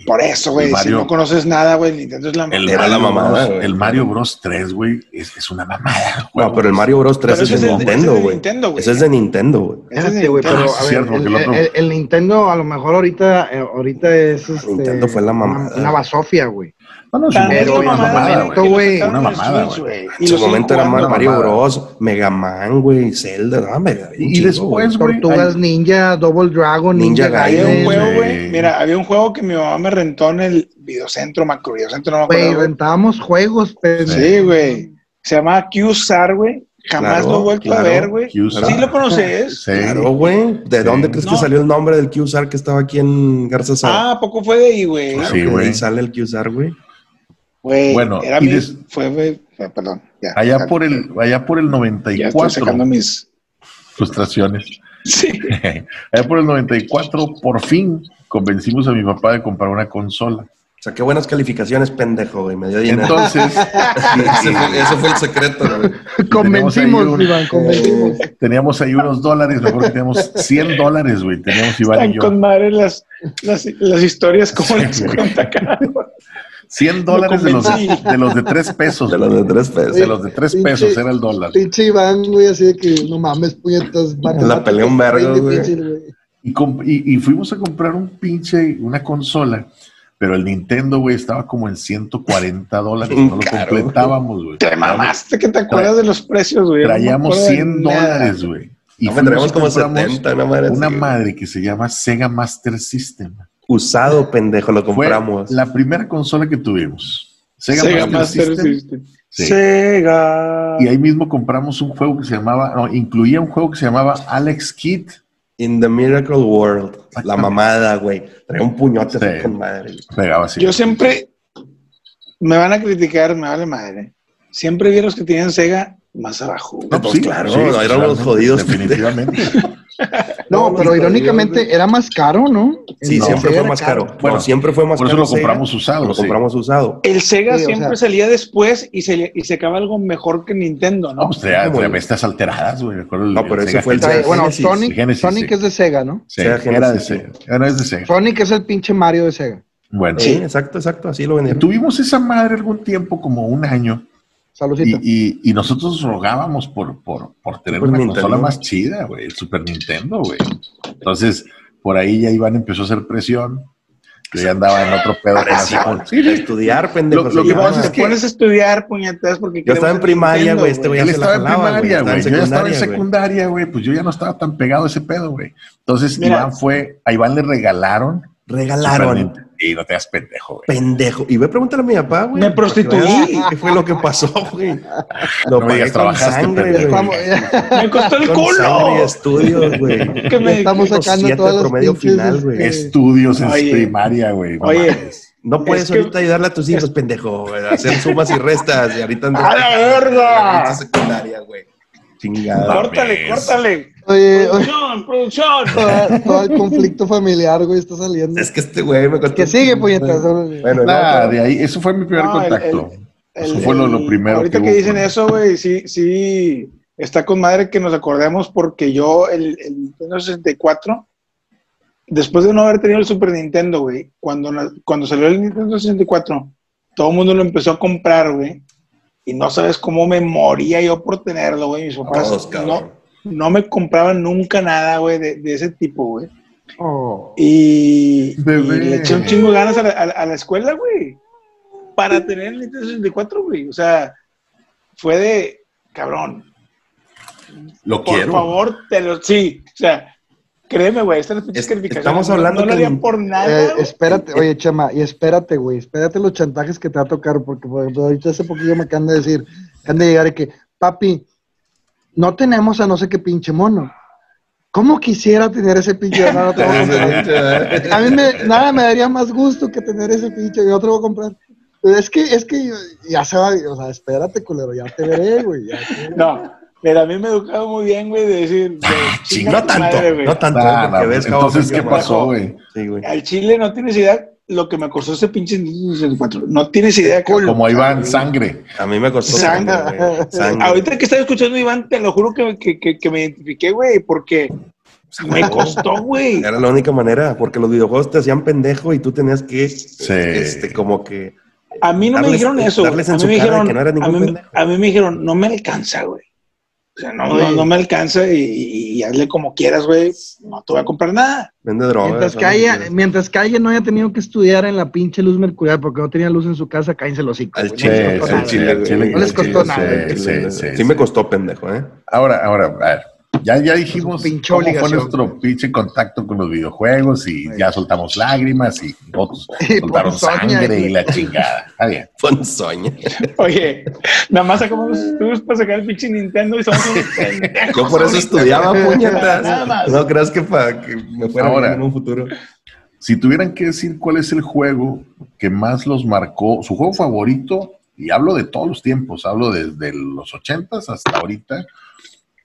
Speaker 3: Por eso,
Speaker 1: El
Speaker 3: güey, si
Speaker 1: Mario-
Speaker 3: no conoces nada, güey, Nintendo es la
Speaker 1: El
Speaker 2: Era la
Speaker 1: Mario
Speaker 2: mamada,
Speaker 1: Bros-
Speaker 2: güey.
Speaker 1: El Mario Bros 3, güey, es, es una mamada.
Speaker 2: No, pero el Mario Bros 3
Speaker 3: Pero
Speaker 2: es
Speaker 3: ese
Speaker 2: de
Speaker 3: es el- ese es de
Speaker 2: Nintendo, güey.
Speaker 3: Nintendo, güey.
Speaker 2: Ese es de Nintendo, güey.
Speaker 3: Ese es
Speaker 4: Espérate, güey,
Speaker 3: Nintendo.
Speaker 1: Ah,
Speaker 4: pero a ver,
Speaker 1: cierto, porque
Speaker 4: el,
Speaker 1: el otro-
Speaker 4: el- el Nintendo a lo mejor ahorita, eh, ahorita es este,
Speaker 2: Nintendo fue la mamada.
Speaker 4: una, una basofia, güey.
Speaker 1: Bueno, es
Speaker 3: Tan-
Speaker 1: una- una
Speaker 4: Pero en su
Speaker 1: mamada,
Speaker 4: momento,
Speaker 1: güey.
Speaker 4: güey.
Speaker 1: Una mamada,
Speaker 2: En su momento era
Speaker 1: jugando,
Speaker 2: Mario
Speaker 1: mamada.
Speaker 2: Bros, Mega Man, güey, Zelda, no, me da bien
Speaker 1: Y
Speaker 2: chingo, güey.
Speaker 4: Pues,
Speaker 1: después, güey,
Speaker 4: Tortugas
Speaker 1: ahí-
Speaker 4: Ninja, Double Dragon, Ninja,
Speaker 2: Ninja
Speaker 3: Había un
Speaker 2: Gaiden,
Speaker 4: Gaiden,
Speaker 3: juego,
Speaker 1: Sí.
Speaker 3: güey. Mira, había un juego que mi mamá me rentó en el videocentro, macro videocentro, no me
Speaker 4: güey,
Speaker 3: acuerdo. güey.
Speaker 4: rentábamos juegos, pero
Speaker 3: Sí, güey. Se llamaba Q-Sar, güey. Jamás
Speaker 2: Claro,
Speaker 3: lo he vuelto
Speaker 2: claro,
Speaker 3: a ver, güey.
Speaker 1: Q-Sar.
Speaker 3: Sí lo conoces.
Speaker 1: Sí.
Speaker 2: Claro, güey. ¿De
Speaker 1: Sí.
Speaker 2: dónde crees
Speaker 3: No.
Speaker 2: que salió el nombre del QSAR que estaba aquí en Garza Sada?
Speaker 3: Ah, ¿a poco fue de ahí, güey?
Speaker 1: sí,
Speaker 2: que de
Speaker 1: güey.
Speaker 2: Ahí sale el QSAR, güey.
Speaker 3: Güey,
Speaker 1: Bueno,
Speaker 3: era
Speaker 1: y
Speaker 3: mi-
Speaker 1: des-
Speaker 3: fue, güey, eh, perdón. Ya,
Speaker 1: Allá
Speaker 3: ya,
Speaker 1: por el, allá por el
Speaker 3: Ya estoy
Speaker 1: 94,
Speaker 3: sacando mis...
Speaker 1: frustraciones.
Speaker 3: Sí.
Speaker 1: Allá por el 94, por fin convencimos a mi papá de comprar una consola.
Speaker 2: Saqué buenas calificaciones, pendejo, güey. Me dio dinero.
Speaker 1: Entonces,
Speaker 2: ese, fue, ese fue el secreto, güey.
Speaker 4: convencimos,
Speaker 1: Tenemos ahí un-
Speaker 4: Iván, convencimos.
Speaker 1: teníamos ahí unos dólares, mejor que teníamos 100 dólares, güey. Teníamos Iván y
Speaker 3: Están con
Speaker 1: yo.
Speaker 3: madre las, las, las historias como las cuenta acá.
Speaker 1: 100 dólares de los de,
Speaker 3: convencí.
Speaker 1: de los de 3 pesos.
Speaker 2: De los de tres pesos.
Speaker 1: De los de 3 pesos era el dólar.
Speaker 4: Pinche Iván, güey, así de que no mames, puñetas, matemáticas,
Speaker 2: pelea un vergo,
Speaker 4: bien
Speaker 2: güey.
Speaker 4: difícil, güey.
Speaker 1: Y, comp- y- y fuimos a comprar un pinche, una consola, pero el Nintendo, güey, estaba como en 140 dólares. No lo
Speaker 2: Caro.
Speaker 1: completábamos, güey.
Speaker 3: Te mamaste que te acuerdas de los precios, güey. Yo no me
Speaker 1: Traíamos
Speaker 3: acuerdo de
Speaker 1: 100
Speaker 3: nada.
Speaker 1: dólares, güey.
Speaker 2: No, me
Speaker 1: fuimos
Speaker 2: traíamos como
Speaker 1: compramos
Speaker 2: 70, una madre.
Speaker 1: una
Speaker 2: así, güey.
Speaker 1: madre que se llama Sega Master System.
Speaker 2: Usado, pendejo, lo
Speaker 1: Fue
Speaker 2: compramos.
Speaker 1: la primera consola que tuvimos. Sega,
Speaker 3: Sega
Speaker 1: Master
Speaker 3: Master
Speaker 1: System.
Speaker 3: System.
Speaker 1: Sí.
Speaker 2: Sega.
Speaker 1: Y ahí mismo compramos un juego que se llamaba, no, incluía un juego que se llamaba Alex Kidd.
Speaker 2: In the Miracle World. La mamada, güey. Trae un puñote
Speaker 1: Sí.
Speaker 2: así con madre. güey.
Speaker 1: Pegaba así.
Speaker 3: Yo siempre me van a criticar, me vale madre. Siempre vi a los que tenían Sega más abajo. güey.
Speaker 1: No,
Speaker 2: Pues
Speaker 1: sí,
Speaker 2: claro,
Speaker 1: sí,
Speaker 2: eran los
Speaker 1: totalmente,
Speaker 2: jodidos.
Speaker 1: Definitivamente.
Speaker 4: No,
Speaker 2: No,
Speaker 4: pero
Speaker 2: no,
Speaker 4: irónicamente era más caro, ¿no?
Speaker 2: Sí,
Speaker 4: El
Speaker 1: No,
Speaker 2: siempre
Speaker 4: Sega
Speaker 2: fue
Speaker 4: era
Speaker 2: más caro.
Speaker 1: Bueno,
Speaker 2: Bueno, siempre fue más
Speaker 1: Por eso
Speaker 2: caro.
Speaker 1: lo
Speaker 2: Sega.
Speaker 1: compramos usado.
Speaker 2: Lo
Speaker 1: sí.
Speaker 2: compramos usado.
Speaker 3: El Sega
Speaker 4: Sí, o
Speaker 3: siempre
Speaker 4: sea-
Speaker 3: salía después y se, y sacaba algo mejor que Nintendo,
Speaker 1: No,
Speaker 3: ¿no?
Speaker 1: pues traía,
Speaker 2: ¿Cómo,
Speaker 1: traía
Speaker 2: güey?
Speaker 1: estas alteradas, güey. recuerdo
Speaker 2: No, pero ese
Speaker 1: Sega
Speaker 2: fue el
Speaker 4: Está bien,
Speaker 1: Genesis.
Speaker 2: Sega
Speaker 4: Bueno,
Speaker 2: Genesis,
Speaker 4: Sonic,
Speaker 1: Genesis,
Speaker 4: Sonic
Speaker 1: sí.
Speaker 4: es de Sega, ¿no?
Speaker 1: Sí,
Speaker 2: Sega
Speaker 1: era de
Speaker 2: Genesis,
Speaker 1: Sega. Era de Sega.
Speaker 4: Sonic es el pinche Mario de Sega.
Speaker 1: Bueno,
Speaker 2: Sí, exacto, exacto. Así lo
Speaker 1: y
Speaker 2: vendieron.
Speaker 1: tuvimos esa madre algún tiempo, como un año, y,
Speaker 4: Saludcita.
Speaker 1: y- y nosotros rogábamos por, por, por tener
Speaker 2: Super
Speaker 1: una
Speaker 2: Nintendo.
Speaker 1: consola más chida, güey, el Super Nintendo, güey. Entonces, por ahí ya Iván empezó a hacer presión. Yo ya andaba en otro pedo
Speaker 2: Ah,
Speaker 1: con las hijas. Sí, sí.
Speaker 2: Estudiar, pendejo.
Speaker 1: Lo-
Speaker 2: se
Speaker 1: lo que
Speaker 3: Y
Speaker 2: llama.
Speaker 1: pasa
Speaker 3: vos
Speaker 1: es
Speaker 3: te
Speaker 1: que-
Speaker 3: pones a estudiar, puñetas, porque
Speaker 2: Yo estaba
Speaker 3: queremos
Speaker 2: en primaria,
Speaker 3: Nintendo,
Speaker 2: güey. Este güey ya
Speaker 1: Él
Speaker 2: se la
Speaker 1: estaba en
Speaker 2: jalaba,
Speaker 1: primaria,
Speaker 2: Estaba
Speaker 1: güey.
Speaker 2: en
Speaker 1: Yo ya estaba en
Speaker 2: secundaria, güey.
Speaker 1: secundaria, güey. Pues yo ya no estaba tan pegado a ese pedo, güey. Entonces,
Speaker 3: Mira.
Speaker 1: Iván fue, a Iván le regalaron. Super
Speaker 2: Regalaron.
Speaker 1: Nintendo. Y no te das pendejo, güey.
Speaker 2: Pendejo. Y ve a preguntarle a mi papá, güey.
Speaker 3: Me
Speaker 2: para que
Speaker 3: prostituí.
Speaker 2: veas ¿Qué fue lo que pasó, güey? Lo
Speaker 1: No me digas, trabajaste, pendejo.
Speaker 2: güey.
Speaker 4: Vamos, ya-
Speaker 3: Me costó
Speaker 2: Con sangre
Speaker 3: el
Speaker 2: y
Speaker 3: eh, culo.
Speaker 2: estudios, güey.
Speaker 3: Que
Speaker 4: ya
Speaker 3: me-
Speaker 4: estamos
Speaker 2: Los
Speaker 4: sacando
Speaker 2: siete
Speaker 4: todas las
Speaker 2: promedio
Speaker 4: pinches,
Speaker 2: final,
Speaker 4: este,
Speaker 2: güey.
Speaker 1: Estudios en
Speaker 3: Oye.
Speaker 1: primaria, güey. no
Speaker 3: Oye.
Speaker 1: mames.
Speaker 2: No puedes
Speaker 3: Es que-
Speaker 2: ahorita ayudarle a tus hijos, pendejo. güey, Hacer sumas y restas. Y ahorita andas-
Speaker 3: ¡A la verga!
Speaker 2: Ahorita secundaria, güey. Chingada.
Speaker 3: Córtale,
Speaker 1: Mames.
Speaker 3: córtale.
Speaker 4: Oye, oye,
Speaker 3: Producción, producción.
Speaker 4: todo, todo el conflicto familiar, güey, está saliendo.
Speaker 2: Es que este güey me contó.
Speaker 4: Que sigue, puñetas. órale.
Speaker 2: Bueno, no,
Speaker 1: Nada,
Speaker 2: pero-
Speaker 1: de ahí, eso fue mi primer
Speaker 3: No, el-
Speaker 1: contacto. Eso
Speaker 3: El-
Speaker 1: fue lo- lo
Speaker 3: el-
Speaker 1: primero
Speaker 3: Ahorita
Speaker 1: que
Speaker 3: que,
Speaker 1: hubo,
Speaker 3: dicen
Speaker 1: güey.
Speaker 3: eso, güey, sí, sí, está con madre que nos acordemos porque yo, el, el Nintendo 64, después de no haber tenido el Super Nintendo, güey, cuando, na- cuando salió el Nintendo 64, todo el mundo lo empezó a comprar, güey. Y no sabes cómo me moría yo por tenerlo, güey. Mis papás
Speaker 2: Todos,
Speaker 3: no,
Speaker 2: pues, cabrón.
Speaker 3: no me compraban nunca nada, güey, de, de ese tipo, güey.
Speaker 4: Oh.
Speaker 3: Y,
Speaker 1: Bebé.
Speaker 3: y le eché un chingo de ganas a la, a la- a la escuela, güey. Para tener el Nintendo 64, güey. O sea, fue de cabrón.
Speaker 1: Lo
Speaker 3: Por
Speaker 1: quiero.
Speaker 3: favor, te lo. Sí, o sea, créeme, güey. Estas
Speaker 2: Es-
Speaker 3: pinches criticaciones.
Speaker 2: estamos
Speaker 3: no-
Speaker 2: hablando
Speaker 3: No, lo
Speaker 2: que
Speaker 3: harían
Speaker 2: el-
Speaker 3: por
Speaker 4: Eh,
Speaker 3: nada. güey.
Speaker 4: espérate, oye, Chema, y espérate, güey, espérate los chantajes que te va a tocar, porque por ejemplo, ahorita hace poquillo me acaban de decir, acaban de llegar y que, papi, no tenemos a no sé qué pinche mono. ¿Cómo quisiera tener ese pinche mono? No te voy a comprar. A mí me- nada me daría más gusto que tener ese pinche, yo te lo voy a comprar. Pues Es que, es que ya se va, o sea, espérate, culero, ya te veré, güey. ya te veré.
Speaker 3: No, pero a mí me educaba muy bien, güey, de decir. de chinga
Speaker 2: Ah, No
Speaker 3: tu
Speaker 2: tanto,
Speaker 3: madre, güey.
Speaker 2: no tanto.
Speaker 1: Ah,
Speaker 2: porque
Speaker 1: no,
Speaker 2: ves cómo
Speaker 1: entonces,
Speaker 2: funciona.
Speaker 1: ¿qué pasó, güey?
Speaker 2: Sí, güey.
Speaker 3: Al chile no tienes idea lo que me costó ese pinche Nintendo 64. No tienes idea, cabrón.
Speaker 1: Como Iván, sangre.
Speaker 2: A mí me costó
Speaker 3: Sangre.
Speaker 2: sangre, güey. Sangre.
Speaker 3: Ahorita que estaba escuchando, Iván, te lo juro que, que, que, que me identifiqué, güey, porque me costó, güey.
Speaker 2: Era la única manera, porque los videojuegos te hacían pendejo y tú tenías que, este, como que,
Speaker 3: A mí no me
Speaker 2: Darles-
Speaker 3: dijeron eso. güey.
Speaker 2: darles
Speaker 3: A
Speaker 2: en
Speaker 3: mí
Speaker 2: su
Speaker 3: me
Speaker 2: cara de
Speaker 3: dijeron,
Speaker 2: que no era ningún
Speaker 3: a, mí,
Speaker 2: pendejo.
Speaker 3: a mí me dijeron, no me alcanza, güey. O sea, no, no,
Speaker 4: Sí.
Speaker 3: no me alcanza y, y- y hazle como quieras, güey. No te voy a comprar nada.
Speaker 2: vende drogas.
Speaker 4: Mientras que,
Speaker 2: ¿sabes?
Speaker 4: haya, mientras que haya no haya tenido que estudiar en la pinche luz mercurial porque no tenía luz en su casa, cállense los hijos.
Speaker 2: Al
Speaker 4: güey,
Speaker 1: Sí,
Speaker 4: no
Speaker 2: chile,
Speaker 4: les
Speaker 1: sí,
Speaker 4: costó
Speaker 2: al
Speaker 4: nada.
Speaker 1: sí,
Speaker 2: chile,
Speaker 1: al
Speaker 2: güey.
Speaker 1: chile,
Speaker 4: No les
Speaker 1: al chile,
Speaker 4: costó nada.
Speaker 1: Sí, sí, sí,
Speaker 2: sí
Speaker 1: sí.
Speaker 2: me costó pendejo, ¿eh?
Speaker 1: Ahora, ahora, a ver, ya, ya dijimos
Speaker 4: Pinche
Speaker 1: cómo fue
Speaker 4: obligación.
Speaker 1: nuestro pinche contacto con los videojuegos y ya soltamos lágrimas y otros
Speaker 4: Y
Speaker 1: soltaron
Speaker 4: ponzoña,
Speaker 1: sangre y
Speaker 4: güey.
Speaker 1: la chingada. Está bien.
Speaker 2: Ponzoña.
Speaker 3: Oye, nada más sacamos los estudios para sacar el pinche Nintendo y somos unos pendejos.
Speaker 2: Yo por eso
Speaker 3: ahorita,
Speaker 2: estudiaba
Speaker 3: güey. Nada
Speaker 2: puñetas.
Speaker 3: más.
Speaker 2: No creas que para que me fuera
Speaker 1: Ahora.
Speaker 2: bien en un futuro.
Speaker 1: Si tuvieran que decir cuál es el juego que más los marcó, su juego favorito, y hablo de todos los tiempos, hablo desde los ochentas hasta ahorita,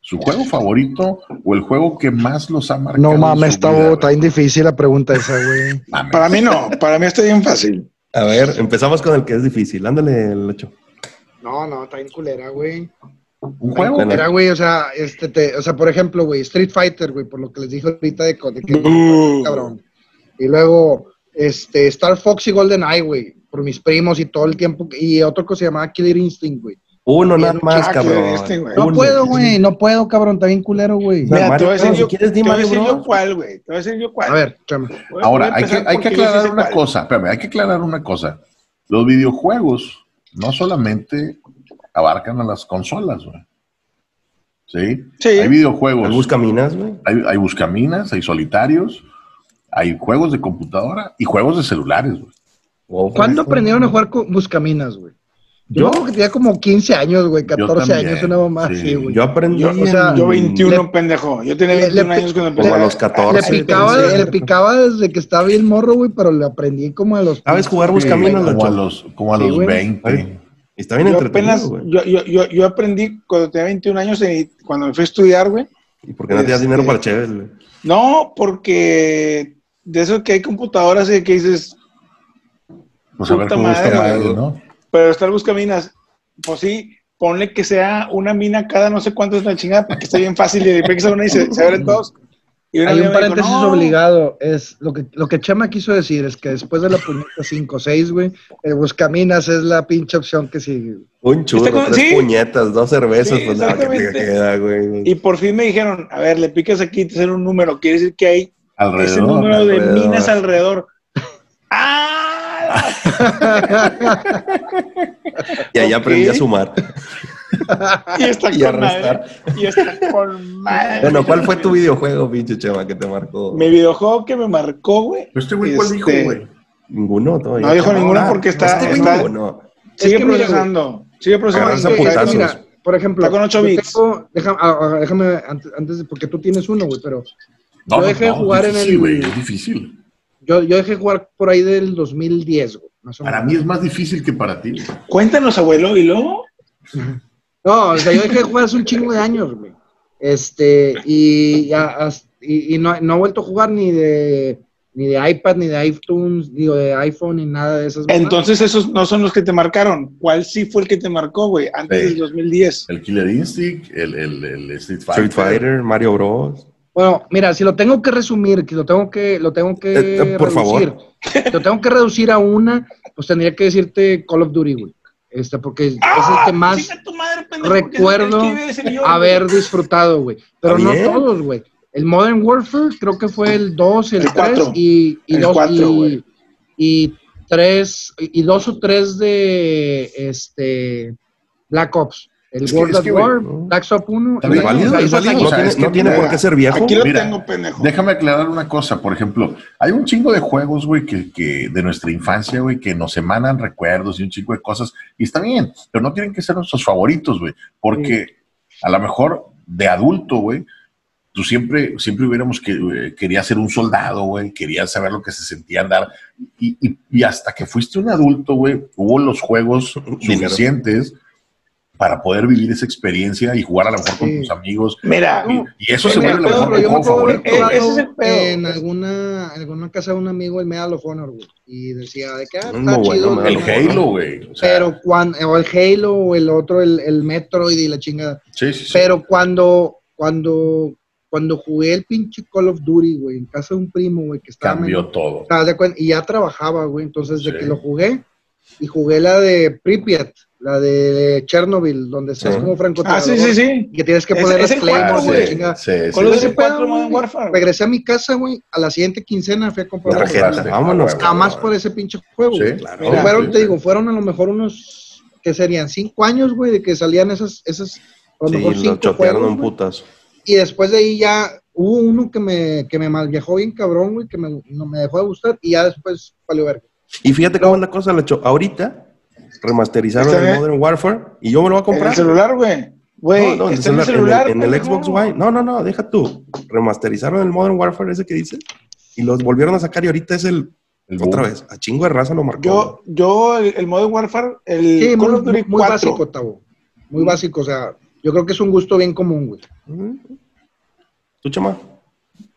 Speaker 1: su juego favorito o el juego que más los ha marcado.
Speaker 4: No
Speaker 1: en
Speaker 4: mames,
Speaker 1: su
Speaker 4: está
Speaker 1: vida, güey.
Speaker 4: tan difícil la pregunta esa, güey.
Speaker 1: Mames.
Speaker 3: Para mí no, para mí está bien fácil.
Speaker 2: A ver, empezamos con el que es difícil. Ándale, el 8.
Speaker 4: No, no, está bien culera, güey.
Speaker 1: Un juego que
Speaker 4: Culera, güey, o sea, este te- o sea, por ejemplo, güey, Street Fighter, güey, por lo que les dije ahorita de, co- de que cabrón. Y luego, este, Star Fox y Golden Eye, güey, por mis primos y todo el tiempo, y otro que se llamaba Killer Instinct, güey.
Speaker 2: Uno
Speaker 4: Bien,
Speaker 2: nada más,
Speaker 3: chacle
Speaker 2: cabrón.
Speaker 3: de este, güey.
Speaker 4: No
Speaker 2: Uno.
Speaker 4: puedo, güey, no puedo, cabrón, está bien culero, güey.
Speaker 2: No,
Speaker 3: Mira, te
Speaker 2: Mario
Speaker 3: voy a decir
Speaker 2: Bros,
Speaker 3: yo-
Speaker 2: si quieres, di
Speaker 3: te voy a
Speaker 2: Mario
Speaker 3: decir yo
Speaker 2: Bros.
Speaker 3: cuál, güey. Te voy a decir yo cuál.
Speaker 4: A ver, chama.
Speaker 3: Voy a- voy
Speaker 1: Ahora, hay
Speaker 3: a
Speaker 1: que,
Speaker 3: empezar
Speaker 1: hay que
Speaker 3: porque yo sí
Speaker 1: aclarar
Speaker 3: sé
Speaker 1: una
Speaker 3: cuál.
Speaker 1: cosa, espérame, hay que aclarar una cosa. Los videojuegos no solamente abarcan a las consolas, güey. ¿Sí?
Speaker 3: Sí.
Speaker 1: Hay videojuegos.
Speaker 2: ¿Al buscaminas, güey?
Speaker 1: hay, hay buscaminas, hay solitarios, Hay juegos de computadora y juegos de celulares, güey.
Speaker 2: Wow.
Speaker 4: ¿Cuándo aprendieron a jugar con buscaminas, güey?
Speaker 2: Yo,
Speaker 4: Yo creo que tenía como 15 años, güey, 14
Speaker 1: también,
Speaker 4: años, una mamá
Speaker 1: sí.
Speaker 4: así, güey.
Speaker 2: yo aprendí.
Speaker 4: Yo- o
Speaker 2: en-
Speaker 4: sea,
Speaker 3: Yo 21,
Speaker 4: Le-
Speaker 3: pendejo. Yo tenía
Speaker 4: le-
Speaker 3: 21
Speaker 4: le-
Speaker 3: años cuando empecé.
Speaker 2: como a los 14.
Speaker 4: Le picaba,
Speaker 2: pero sí.
Speaker 4: le picaba desde que estaba bien morro, güey, pero le aprendí como a los.
Speaker 2: ¿Sabes jugar buscaminas,
Speaker 1: Como a
Speaker 2: Nacho?
Speaker 1: los, como a
Speaker 4: Sí,
Speaker 1: los
Speaker 4: güey.
Speaker 1: 20.
Speaker 2: Y Está bien
Speaker 3: Yo
Speaker 2: entretenido,
Speaker 3: apenas,
Speaker 2: güey.
Speaker 3: yo, yo, yo, yo aprendí cuando tenía 21 años y cuando me fui a estudiar, güey.
Speaker 2: ¿Y por qué no te das dinero
Speaker 3: Este-
Speaker 2: para Chévez, güey?
Speaker 3: No, porque de eso que hay computadoras y que dices,
Speaker 1: Pues a ver
Speaker 3: Puta
Speaker 1: cómo está
Speaker 3: madre,
Speaker 1: madre,
Speaker 2: güey.
Speaker 1: ¿no?
Speaker 3: pero estar buscaminas, pues sí, ponle que sea una mina cada no sé cuántas una chingada, porque está bien fácil y de repente sale una y se, se abren todos. Y una
Speaker 4: Hay
Speaker 3: amiga
Speaker 4: un
Speaker 3: me dijo,
Speaker 4: paréntesis
Speaker 3: "No".
Speaker 4: obligado. Es lo que, lo que Chema quiso decir es que después de la puñeta 5-6, güey, el buscaminas es la pinche opción que sigue. güey.
Speaker 2: Un churro,
Speaker 3: Está con-
Speaker 2: tres
Speaker 3: sí.
Speaker 2: puñetas, dos cervezas,
Speaker 3: Sí,
Speaker 2: pues nada, que te
Speaker 3: exactamente.
Speaker 2: queda, güey.
Speaker 3: Y por fin me dijeron, a ver, le picas aquí y te sale un número, quiere decir que hay ese
Speaker 1: Alrededor.
Speaker 3: número de
Speaker 2: alrededor.
Speaker 3: minas alrededor. ¡Ah!
Speaker 2: Y ahí
Speaker 3: Ok.
Speaker 2: aprendí a sumar.
Speaker 3: Y está
Speaker 2: Y a
Speaker 3: con madre.
Speaker 2: restar.
Speaker 3: Y está con madre.
Speaker 2: Bueno, ¿cuál fue tu videojuego, pinche Chema, que te marcó?
Speaker 3: Mi videojuego que me marcó, güey.
Speaker 1: Este güey, ¿cuál dijo,
Speaker 3: Este,
Speaker 1: güey?
Speaker 2: Ninguno todavía.
Speaker 3: No dijo
Speaker 2: Chema,
Speaker 3: ninguno
Speaker 2: ahora,
Speaker 3: porque está-
Speaker 2: este güey
Speaker 3: está-
Speaker 2: ninguno.
Speaker 3: Sigue
Speaker 4: que mira,
Speaker 3: procesando. sigue
Speaker 2: Agarrarse
Speaker 3: procesando.
Speaker 2: a
Speaker 4: güey, es que
Speaker 2: putazos.
Speaker 4: mira, por ejemplo,
Speaker 3: Está con ocho
Speaker 4: yo
Speaker 3: bits.
Speaker 4: tengo- déjame, ah, ah, déjame antes, antes de- porque tú tienes uno, güey, pero
Speaker 1: No,
Speaker 4: Yo
Speaker 1: no,
Speaker 4: dejé de
Speaker 1: no,
Speaker 4: jugar en
Speaker 1: difícil,
Speaker 4: el-
Speaker 1: güey, es difícil.
Speaker 4: yo, yo dejé jugar por ahí del 2010, güey, más o menos.
Speaker 1: Para mí es más difícil que para ti.
Speaker 3: Cuéntanos, abuelo, y luego.
Speaker 4: No, o sea, yo dejé de jugar hace un chingo de años, güey. Este, y, ya has- y, y no, no he vuelto a jugar ni de, ni de iPad, ni de iTunes, digo, de iPhone, ni nada de esas. mamadas.
Speaker 3: Entonces, esos no son los que te marcaron. ¿Cuál sí fue el que te marcó, güey? Antes
Speaker 1: Sí.
Speaker 3: del 2010.
Speaker 1: El Killer Instinct, el, el, el Street Fighter.
Speaker 2: Street Fighter, Mario Bros.
Speaker 4: Bueno, mira, si lo tengo que resumir, que lo tengo que, lo tengo que
Speaker 2: Eh, eh, por
Speaker 4: reducir, lo tengo que reducir a una, pues tendría que decirte Call of Duty, güey. Este, porque es
Speaker 2: Ah,
Speaker 4: el que más
Speaker 3: Ah, Chinga tu madre, pendejo, ¿por qué
Speaker 4: recuerdo
Speaker 3: no crees que iba a decir yo, güey?
Speaker 4: haber disfrutado, güey. Pero
Speaker 2: Está
Speaker 4: no
Speaker 2: bien.
Speaker 4: todos, güey. El Modern Warfare creo que fue el 2, el,
Speaker 3: El
Speaker 4: 3
Speaker 3: cuatro.
Speaker 4: y, y
Speaker 3: El
Speaker 4: dos-
Speaker 3: cuatro,
Speaker 4: y-
Speaker 3: güey.
Speaker 4: y tres y dos o tres de este Black Ops. El
Speaker 1: Es que-
Speaker 4: World
Speaker 1: es
Speaker 4: at
Speaker 1: que,
Speaker 4: War,
Speaker 2: güey,
Speaker 4: Black Ops 1.
Speaker 1: Está bien,
Speaker 4: o
Speaker 2: Es
Speaker 4: sea,
Speaker 2: válido,
Speaker 1: o sea,
Speaker 2: es
Speaker 4: esos
Speaker 2: válido.
Speaker 4: años.
Speaker 2: No tiene,
Speaker 1: es que-
Speaker 2: no tiene por qué ser viejo.
Speaker 3: Aquí lo
Speaker 1: Mira,
Speaker 3: tengo, pendejo.
Speaker 1: Déjame aclarar una cosa, por ejemplo, hay un chingo de juegos, güey, que, que de nuestra infancia, güey, que nos emanan recuerdos y un chingo de cosas, y está bien, pero no tienen que ser nuestros favoritos, güey, porque a lo mejor de adulto, güey, tú siempre, siempre hubiéramos que, eh, quería ser un soldado, güey, quería saber lo que se sentía andar, y, y- y hasta que fuiste un adulto, güey, hubo los juegos
Speaker 2: Dinero.
Speaker 1: suficientes para poder vivir esa experiencia y jugar a lo mejor con
Speaker 4: Sí. eh,
Speaker 1: tus amigos,
Speaker 3: Mira,
Speaker 1: y, y eso
Speaker 3: Sí,
Speaker 1: se
Speaker 4: Mira,
Speaker 1: vuelve a lo
Speaker 3: Pedro,
Speaker 1: mejor
Speaker 4: pero
Speaker 1: mi
Speaker 4: yo me
Speaker 1: juego
Speaker 4: acuerdo haber
Speaker 1: favorito, güey.
Speaker 3: Ese es el
Speaker 4: jugado
Speaker 3: pedo. pues.
Speaker 4: en alguna, en alguna casa de un amigo el Medal of Honor, güey, y decía de que ah,
Speaker 2: No,
Speaker 4: está
Speaker 2: bueno,
Speaker 4: chido,
Speaker 2: Medal
Speaker 4: güey,
Speaker 1: El
Speaker 2: of
Speaker 4: ¿no?
Speaker 2: Honor.
Speaker 1: Halo, güey. O sea,
Speaker 4: pero cuando, o el Halo, o el otro, el, el Metroid y la chingada.
Speaker 1: sí, sí, sí.
Speaker 4: Pero cuando, cuando, cuando jugué el pinche Call of Duty, güey, en casa de un primo, güey, que estaba
Speaker 1: cambió
Speaker 4: medio-
Speaker 1: todo.
Speaker 4: ¿Te das de cuenta? Y ya trabajaba, güey. Entonces, de
Speaker 1: Sí.
Speaker 4: que lo jugué, y jugué la de Pripyat, la de Chernobyl, donde estás
Speaker 2: Sí.
Speaker 4: como
Speaker 3: Ah,
Speaker 4: francotirador.
Speaker 3: sí, sí, sí.
Speaker 4: Que tienes que
Speaker 3: Es-
Speaker 4: poner
Speaker 3: es el
Speaker 4: las claymores
Speaker 3: cuatro,
Speaker 4: y la
Speaker 3: güey.
Speaker 4: chingada.
Speaker 1: Ah, Sí, sí,
Speaker 3: Con los
Speaker 1: sí.
Speaker 4: ese
Speaker 3: de cuatro
Speaker 4: pedo,
Speaker 3: Modern Warfare.
Speaker 4: Regresé a mi casa, güey, a la siguiente quincena fui a comprar
Speaker 1: Lo
Speaker 4: una
Speaker 2: Tarjeta,
Speaker 1: jugaste,
Speaker 2: vámonos.
Speaker 1: a huevo,
Speaker 4: Nada más
Speaker 1: güey.
Speaker 4: por ese pinche juego.
Speaker 1: Sí,
Speaker 4: güey.
Speaker 1: claro.
Speaker 3: Mira,
Speaker 4: fueron,
Speaker 1: Sí,
Speaker 4: te
Speaker 1: sí.
Speaker 4: digo, fueron a lo mejor unos, que serían cinco años, güey, de que salían esas, esas, a lo mejor
Speaker 2: Sí, lo
Speaker 4: cinco
Speaker 2: chotearon
Speaker 4: juegos,
Speaker 2: un
Speaker 4: güey.
Speaker 2: putazo.
Speaker 4: Y después de ahí ya hubo uno que me, que me malviajó bien cabrón, güey, que me, no me dejó de gustar, y ya después valió ver.
Speaker 2: Y fíjate cómo es la cosa, la cho- ahorita remasterizaron
Speaker 3: Está
Speaker 2: el
Speaker 3: bien.
Speaker 2: Modern Warfare y yo me lo voy a
Speaker 3: En
Speaker 2: comprar.
Speaker 3: el celular, güey. Güey,
Speaker 2: No, no, en el
Speaker 3: está en
Speaker 2: celular,
Speaker 3: el celular.
Speaker 2: en el- en el
Speaker 3: pendejo.
Speaker 2: Xbox One. No, no, no, deja tú. Remasterizaron el Modern Warfare ese que dice y los volvieron a sacar y ahorita es el
Speaker 1: El boom.
Speaker 2: otra vez, a chingo de raza lo marcó.
Speaker 3: Yo, yo, el, el Modern Warfare, el
Speaker 4: Sí,
Speaker 3: Call
Speaker 4: muy,
Speaker 3: of Duty
Speaker 4: muy- muy
Speaker 3: 4.
Speaker 4: básico, Tavo. Muy básico, o sea, yo creo que es un gusto bien común, güey.
Speaker 2: Mm. ¿Tú, chama?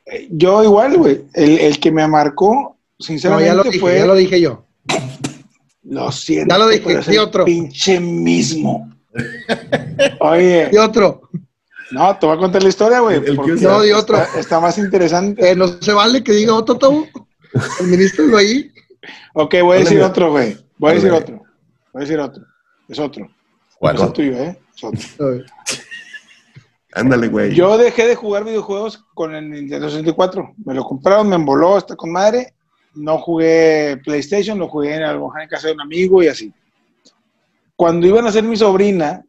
Speaker 3: Eh, Yo igual, güey. El, el que me marcó,
Speaker 4: No, ya
Speaker 3: sinceramente,
Speaker 4: lo dije,
Speaker 3: fue.
Speaker 4: ya lo dije yo.
Speaker 3: Lo siento.
Speaker 4: Ya lo dije,
Speaker 3: pero es
Speaker 4: di
Speaker 3: el
Speaker 4: otro.
Speaker 3: Pinche mismo. Oye,
Speaker 4: Y otro,
Speaker 3: no, te voy a contar la historia, güey.
Speaker 1: El- el que
Speaker 3: porque
Speaker 1: usa-
Speaker 4: No, di otro.
Speaker 3: Está, está más interesante.
Speaker 4: eh, no se vale que diga otro, Tavo. Administrenlo ahí.
Speaker 3: Ok, voy a decir
Speaker 2: Dale,
Speaker 3: otro, güey. Voy
Speaker 2: Dale.
Speaker 3: a decir otro. Voy a decir otro. Es otro.
Speaker 1: ¿Cuál?
Speaker 3: Es el tuyo, ¿eh? Es otro.
Speaker 2: Ándale, güey.
Speaker 3: Yo dejé de jugar videojuegos con el Nintendo 64. Me lo compraron, me emboló, está con madre. No jugué PlayStation, lo jugué en, a lo mejor en casa de un amigo y así. Cuando iban a ser mi sobrina,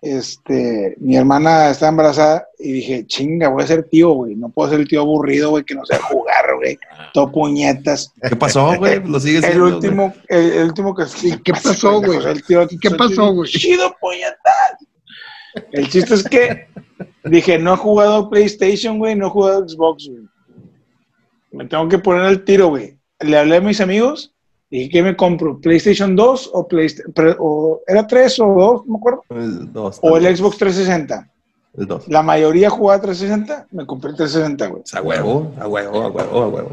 Speaker 3: este, mi hermana está embarazada y dije, chinga, voy a ser tío, güey. No puedo ser el tío aburrido, güey, que no sé jugar, güey. Todo puñetas.
Speaker 2: ¿Qué pasó, güey? Pues Lo sigue
Speaker 3: El
Speaker 2: siendo, güey.
Speaker 3: último, el, el último que...
Speaker 4: ¿Y qué pasó, güey?
Speaker 3: El tío-
Speaker 4: ¿Y qué
Speaker 3: soy
Speaker 4: pasó,
Speaker 3: tío
Speaker 4: güey?
Speaker 3: Chido, puñetas. El chiste es que dije, no he jugado PlayStation, güey, no he jugado Xbox, güey. Me tengo que poner al tiro, güey. Le hablé a mis amigos, dije, ¿qué me compro? ¿PlayStation 2 o PlayStation... O, ¿Era 3 o 2? No me acuerdo.
Speaker 2: El dos,
Speaker 3: O
Speaker 2: también.
Speaker 3: el Xbox 360.
Speaker 2: El dos.
Speaker 3: La mayoría jugaba 360, me compré el 360, güey.
Speaker 2: A huevo, a huevo, a huevo, a huevo.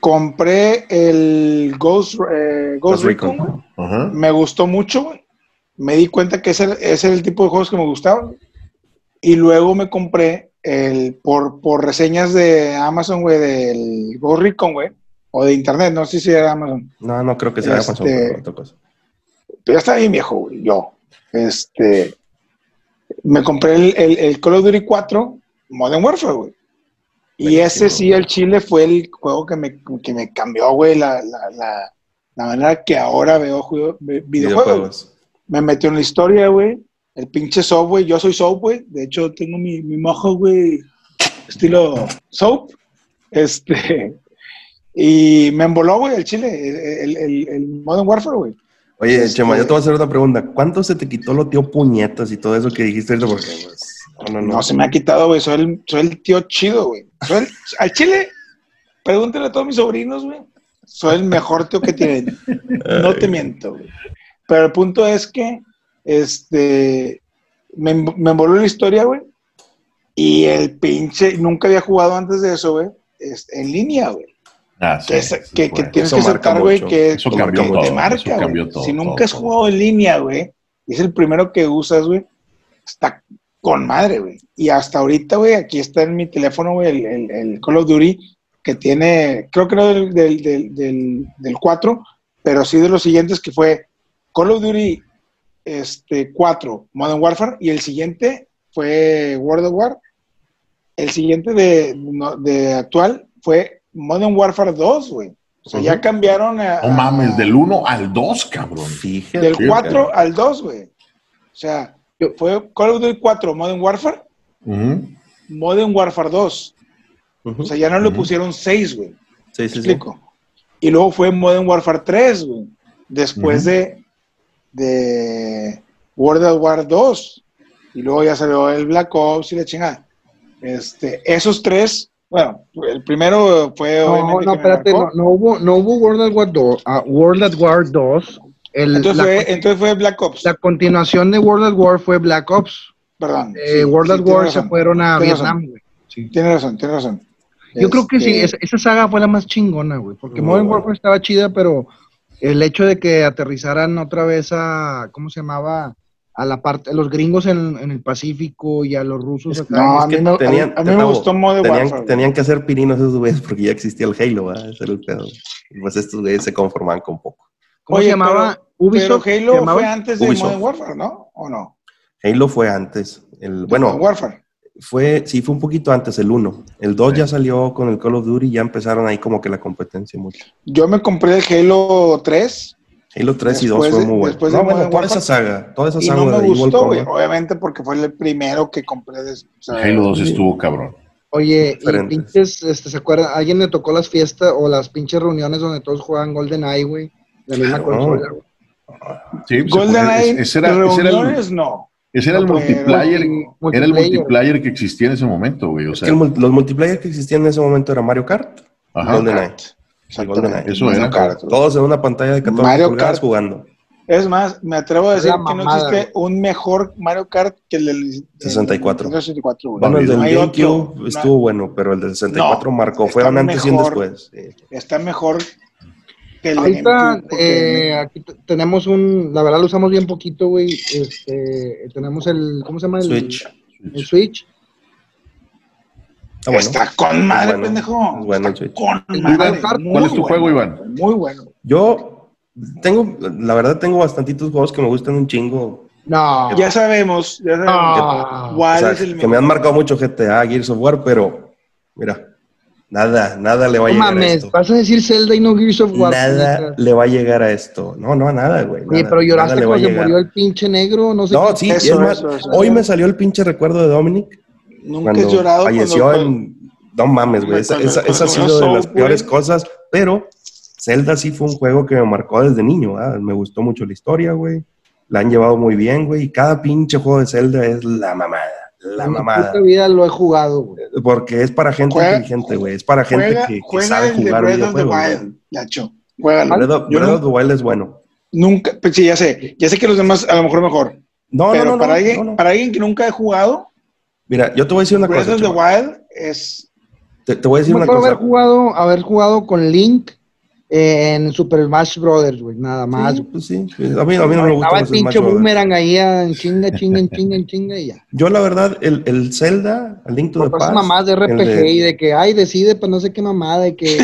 Speaker 3: Compré el Ghost, eh, Ghost
Speaker 2: Ghost
Speaker 3: Recon,
Speaker 2: Recon.
Speaker 3: güey.
Speaker 1: Ajá.
Speaker 3: me gustó mucho, güey. Me di cuenta que ese, ese era el tipo de juegos que me gustaban. Y luego me compré el, por, por reseñas de Amazon, güey, del Ghost Recon, güey. O de internet, no sé si era Amazon.
Speaker 2: No, no creo que sea
Speaker 3: Este-
Speaker 2: Amazon, pero otra cosa.
Speaker 3: Pero ya estaba bien viejo, güey, yo. Este, me compré el, el, el Call of Duty 4 Modern Warfare, güey. Y
Speaker 2: Buenísimo,
Speaker 3: ese sí,
Speaker 2: güey.
Speaker 3: el Chile fue el juego que me, que me cambió, güey, la, la, la, la manera que ahora veo juego- ve- videojuegos. güey.
Speaker 2: Videojuegos.
Speaker 3: Me metió en la historia, güey. El pinche soap, güey. Yo soy soap, güey. De hecho, tengo mi, mi mojo, güey. Estilo soap. Este. Y me emboló, güey, el Chile. El, el, el- el Modern Warfare, güey.
Speaker 2: Oye,
Speaker 3: Este-
Speaker 2: Chema, yo te voy a hacer otra pregunta. ¿Cuánto se te quitó lo tío puñetas y todo eso que dijiste? ahorita? Porque, pues, no, no, no.
Speaker 3: No se me ha quitado, güey. Soy el, soy el tío chido, güey. Soy el- al chile, pregúntale a todos mis sobrinos, güey. Soy el mejor tío que tienen.
Speaker 2: Eh,
Speaker 3: No te miento, güey. Pero el punto es que, este, me, env- me envolvió la historia, güey. Y el pinche, nunca había jugado antes de eso, güey. es- En línea, güey.
Speaker 1: Ah, sí,
Speaker 3: Que, es-
Speaker 1: sí,
Speaker 3: que, que
Speaker 1: bueno.
Speaker 3: tienes
Speaker 2: Eso
Speaker 3: que
Speaker 2: marca
Speaker 3: aceptar, güey,
Speaker 2: mucho.
Speaker 3: que,
Speaker 1: Eso
Speaker 3: que-
Speaker 1: cambió
Speaker 3: que
Speaker 1: todo,
Speaker 3: te
Speaker 1: eso
Speaker 3: marca,
Speaker 1: cambió
Speaker 3: güey.
Speaker 1: todo,
Speaker 3: Si nunca
Speaker 1: todo,
Speaker 3: has
Speaker 1: todo.
Speaker 3: jugado en línea, güey, y es el primero que usas, güey, está con madre, güey. Y hasta ahorita, güey, aquí está en mi teléfono, güey, el, el- el Call of Duty, que tiene, creo que no del, del, del, del, del 4, pero sí de los siguientes que fue Call of Duty este, 4, Modern Warfare, y el siguiente fue World of War. El siguiente de, no- de actual fue Modern Warfare 2, güey. O sea, ya
Speaker 2: Ujú.
Speaker 3: cambiaron a...
Speaker 1: No mames, del 1 al 2, cabrón.
Speaker 2: Fíjate.
Speaker 3: del
Speaker 1: Sí,
Speaker 3: 4 al 2, güey. O sea, fue Call of Duty 4, Modern Warfare,
Speaker 1: Ujú.
Speaker 3: Modern Warfare 2.
Speaker 2: Ujú.
Speaker 3: O sea, ya no le
Speaker 1: Ujú.
Speaker 3: pusieron 6, güey.
Speaker 2: Sí,
Speaker 3: ¿Me
Speaker 2: sí, sí.
Speaker 3: explico? Y luego fue Modern Warfare 3, güey. Después
Speaker 1: Ujú.
Speaker 3: de, de World of War 2. Y luego ya salió el Black Ops y la chingada. Este, esos tres, bueno, el primero fue
Speaker 4: No,
Speaker 3: obviamente
Speaker 4: no,
Speaker 3: que me
Speaker 4: espérate, no,
Speaker 3: marcó.
Speaker 4: no hubo, no hubo World at War 2. World at War 2. El,
Speaker 3: Entonces,
Speaker 4: la,
Speaker 3: fue, entonces fue Black Ops,
Speaker 4: la continuación de World at War fue Black Ops.
Speaker 3: perdón.
Speaker 4: Eh,
Speaker 3: Ah, sí,
Speaker 4: World
Speaker 3: sí,
Speaker 4: at
Speaker 3: tiene
Speaker 4: War se
Speaker 3: razón.
Speaker 4: fueron a
Speaker 3: Tienes razón.
Speaker 4: Vietnam, güey.
Speaker 3: Tiene razón, tiene razón.
Speaker 4: Yo creo que sí,
Speaker 3: Este,
Speaker 4: esa, esa saga fue la más chingona, güey, porque
Speaker 2: No,
Speaker 4: Modern
Speaker 2: güey.
Speaker 4: Warfare estaba chida, pero el hecho de que aterrizaran otra vez a, ¿cómo se llamaba? A la parte, a los gringos en, en el Pacífico y a los rusos acá.
Speaker 3: No,
Speaker 2: Es
Speaker 3: a
Speaker 2: que
Speaker 3: mí me, a mí-
Speaker 2: tenían-
Speaker 3: a mí me
Speaker 2: Tavo,
Speaker 3: gustó Modern Warfare.
Speaker 2: Tenían,
Speaker 3: güey.
Speaker 2: tenían que hacer pirinos esos güeyes porque ya existía el Halo, ¿verdad? Ese era el pedo. Y Pues estos güeyes se conformaban con poco.
Speaker 4: ¿Cómo
Speaker 3: Oye,
Speaker 4: se llamaba?
Speaker 3: Pero
Speaker 4: Ubisoft. ¿se
Speaker 3: Halo
Speaker 4: llamaba?
Speaker 3: fue antes de
Speaker 2: Ubisoft.
Speaker 3: Modern Warfare, ¿no? ¿O no?
Speaker 2: Halo fue antes. El,
Speaker 3: De
Speaker 2: bueno,
Speaker 3: Modern Warfare.
Speaker 2: fue, sí, fue un poquito antes, el 1. El 2
Speaker 1: Sí.
Speaker 2: ya salió con el Call of Duty y ya empezaron ahí como que la competencia mucho.
Speaker 3: Yo me compré el Halo 3
Speaker 2: Halo 3 y 2
Speaker 3: Después
Speaker 2: fue
Speaker 3: de-
Speaker 2: muy bueno.
Speaker 3: después de
Speaker 2: No, bueno,
Speaker 3: Modern
Speaker 2: toda
Speaker 3: Warfare.
Speaker 2: esa saga, toda esa
Speaker 3: y
Speaker 2: saga
Speaker 3: no
Speaker 2: de
Speaker 3: me
Speaker 2: Evil
Speaker 3: gustó, güey.
Speaker 2: Combat.
Speaker 3: Obviamente porque fue el primero que compré. de- o sea,
Speaker 1: Halo 2 estuvo cabrón.
Speaker 4: Oye, y
Speaker 2: Diferentes.
Speaker 4: pinches, este, ¿se acuerdan? ¿Alguien le tocó las fiestas o las pinches reuniones donde todos jugaban Golden Eye, güey? La misma
Speaker 2: Claro.
Speaker 4: consola,
Speaker 1: Oh,
Speaker 4: güey.
Speaker 1: Sí, se ponía-
Speaker 3: GoldenEye,
Speaker 1: es- ese, era, ese era el,
Speaker 3: reuniones, no.
Speaker 1: ese era el
Speaker 3: No, pero-
Speaker 1: multiplayer, era el
Speaker 4: multiplayer.
Speaker 1: multiplayer que existía en ese momento, güey. O
Speaker 2: Es
Speaker 1: sea,
Speaker 2: que el mul- los multiplayer que existían en ese momento era Mario Kart
Speaker 1: ajá.
Speaker 2: Golden- GoldenEye.
Speaker 3: Exactamente.
Speaker 2: GoldenEye.
Speaker 1: Eso
Speaker 3: Mario
Speaker 1: era.
Speaker 3: Kart, güey.
Speaker 2: Todos en una pantalla de 14
Speaker 3: Mario
Speaker 2: pulgadas
Speaker 3: Kart.
Speaker 2: jugando.
Speaker 3: Es más, me atrevo a
Speaker 4: Es
Speaker 3: decir
Speaker 4: la
Speaker 3: que no
Speaker 4: mamada,
Speaker 3: existe un mejor Mario Kart que el del del
Speaker 2: 64.
Speaker 3: Nintendo 64, güey.
Speaker 2: Bueno, el del
Speaker 3: No hay
Speaker 2: GameCube
Speaker 3: otro. No-
Speaker 2: estuvo bueno, pero el del 64
Speaker 3: No,
Speaker 2: marcó.
Speaker 3: está
Speaker 2: Fue un antes
Speaker 3: mejor.
Speaker 2: y un después. eh, Sí.
Speaker 3: está mejor que el
Speaker 4: Ahorita
Speaker 3: GameCube, porque-
Speaker 4: eh, aquí t- tenemos un, la verdad lo usamos bien poquito, güey. Este, tenemos el, ¿cómo se llama? El
Speaker 2: Switch.
Speaker 4: El Switch.
Speaker 2: Está Ah, bueno.
Speaker 3: Está con madre,
Speaker 2: bueno.
Speaker 3: pendejo.
Speaker 2: Es bueno el
Speaker 3: Está
Speaker 2: Switch.
Speaker 3: con
Speaker 4: Iván,
Speaker 3: madre.
Speaker 4: ¿cuál
Speaker 3: Muy
Speaker 1: es tu juego, Iván?
Speaker 3: Muy bueno.
Speaker 2: Yo tengo, la verdad, tengo bastantitos juegos que me gustan un chingo.
Speaker 4: No.
Speaker 3: Ya sabemos, ya sabemos.
Speaker 4: No.
Speaker 2: Ah. O
Speaker 3: ¿Cuál
Speaker 2: sea,
Speaker 3: es el
Speaker 2: que me
Speaker 3: mejor?
Speaker 2: han marcado mucho GTA, Gears of War, pero mira, Nada, nada le va a
Speaker 4: No
Speaker 2: llegar a
Speaker 4: mames,
Speaker 2: esto.
Speaker 4: vas a decir Zelda y no Gears of War.
Speaker 2: Nada
Speaker 4: puñetas.
Speaker 2: le va a llegar a esto. No, no, nada, güey.
Speaker 4: Oye,
Speaker 2: nada,
Speaker 4: pero lloraste
Speaker 2: nada le va a
Speaker 4: cuando se
Speaker 2: llegar.
Speaker 4: murió el pinche negro, no sé.
Speaker 2: No,
Speaker 4: qué-
Speaker 2: sí,
Speaker 3: Eso,
Speaker 2: es más,
Speaker 3: eso, eso.
Speaker 2: hoy me salió el pinche recuerdo de Dominic.
Speaker 3: Nunca
Speaker 2: Cuando
Speaker 3: he llorado.
Speaker 2: falleció
Speaker 3: cuando-
Speaker 2: en... No mames, güey. Esa,
Speaker 3: Cuando-
Speaker 2: esa- esa ha
Speaker 3: cuando
Speaker 2: sido de
Speaker 3: Soul,
Speaker 2: las peores
Speaker 3: güey.
Speaker 2: cosas, pero Zelda sí fue un juego que me marcó desde niño. ¿ah? Me gustó mucho la historia, güey. La han llevado muy bien, güey. Y cada pinche juego de Zelda es la mamada. La
Speaker 4: en mi
Speaker 2: mamada.
Speaker 4: puta vida lo he jugado, güey.
Speaker 2: Porque es para gente
Speaker 3: Juega-
Speaker 2: inteligente, güey. Es para gente
Speaker 3: Juega,
Speaker 2: que, que
Speaker 3: juega
Speaker 2: sabe
Speaker 3: el de
Speaker 2: jugar
Speaker 3: Breath of the
Speaker 2: videojuegos. güey.
Speaker 3: Wild, Nacho. Juégalo.
Speaker 2: Breath of-
Speaker 3: Yo
Speaker 2: Breath
Speaker 3: nu-
Speaker 2: of the Wild es bueno.
Speaker 3: Nunca, pues sí, ya sé. Ya sé que los demás a lo mejor mejor.
Speaker 2: No, no,
Speaker 3: pero
Speaker 2: no, no,
Speaker 3: para, alguien,
Speaker 2: no, no.
Speaker 3: para alguien que nunca ha jugado,
Speaker 2: Mira, yo te voy a decir una
Speaker 3: Breath
Speaker 2: cosa.
Speaker 3: of the
Speaker 2: chaval.
Speaker 3: Wild es.
Speaker 2: Te, te voy a decir
Speaker 4: me
Speaker 2: una
Speaker 4: acuerdo haber
Speaker 2: cosa.
Speaker 4: jugado, haber jugado con Link en Super Smash Brothers, güey, nada más.
Speaker 2: Sí,
Speaker 4: güey.
Speaker 2: pues sí. A mí, a mí no me gusta
Speaker 4: Estaba el
Speaker 2: los Smash
Speaker 4: pinche
Speaker 2: Brothers.
Speaker 4: boomerang ahí en chinga, chinga, en chinga, en chinga y ya.
Speaker 2: Yo, la verdad, el, el Zelda, el Link to the
Speaker 4: Por esas
Speaker 2: Past.
Speaker 4: mamadas de
Speaker 2: el
Speaker 4: RPG y de que, ay, decide, pues no sé qué mamada, y que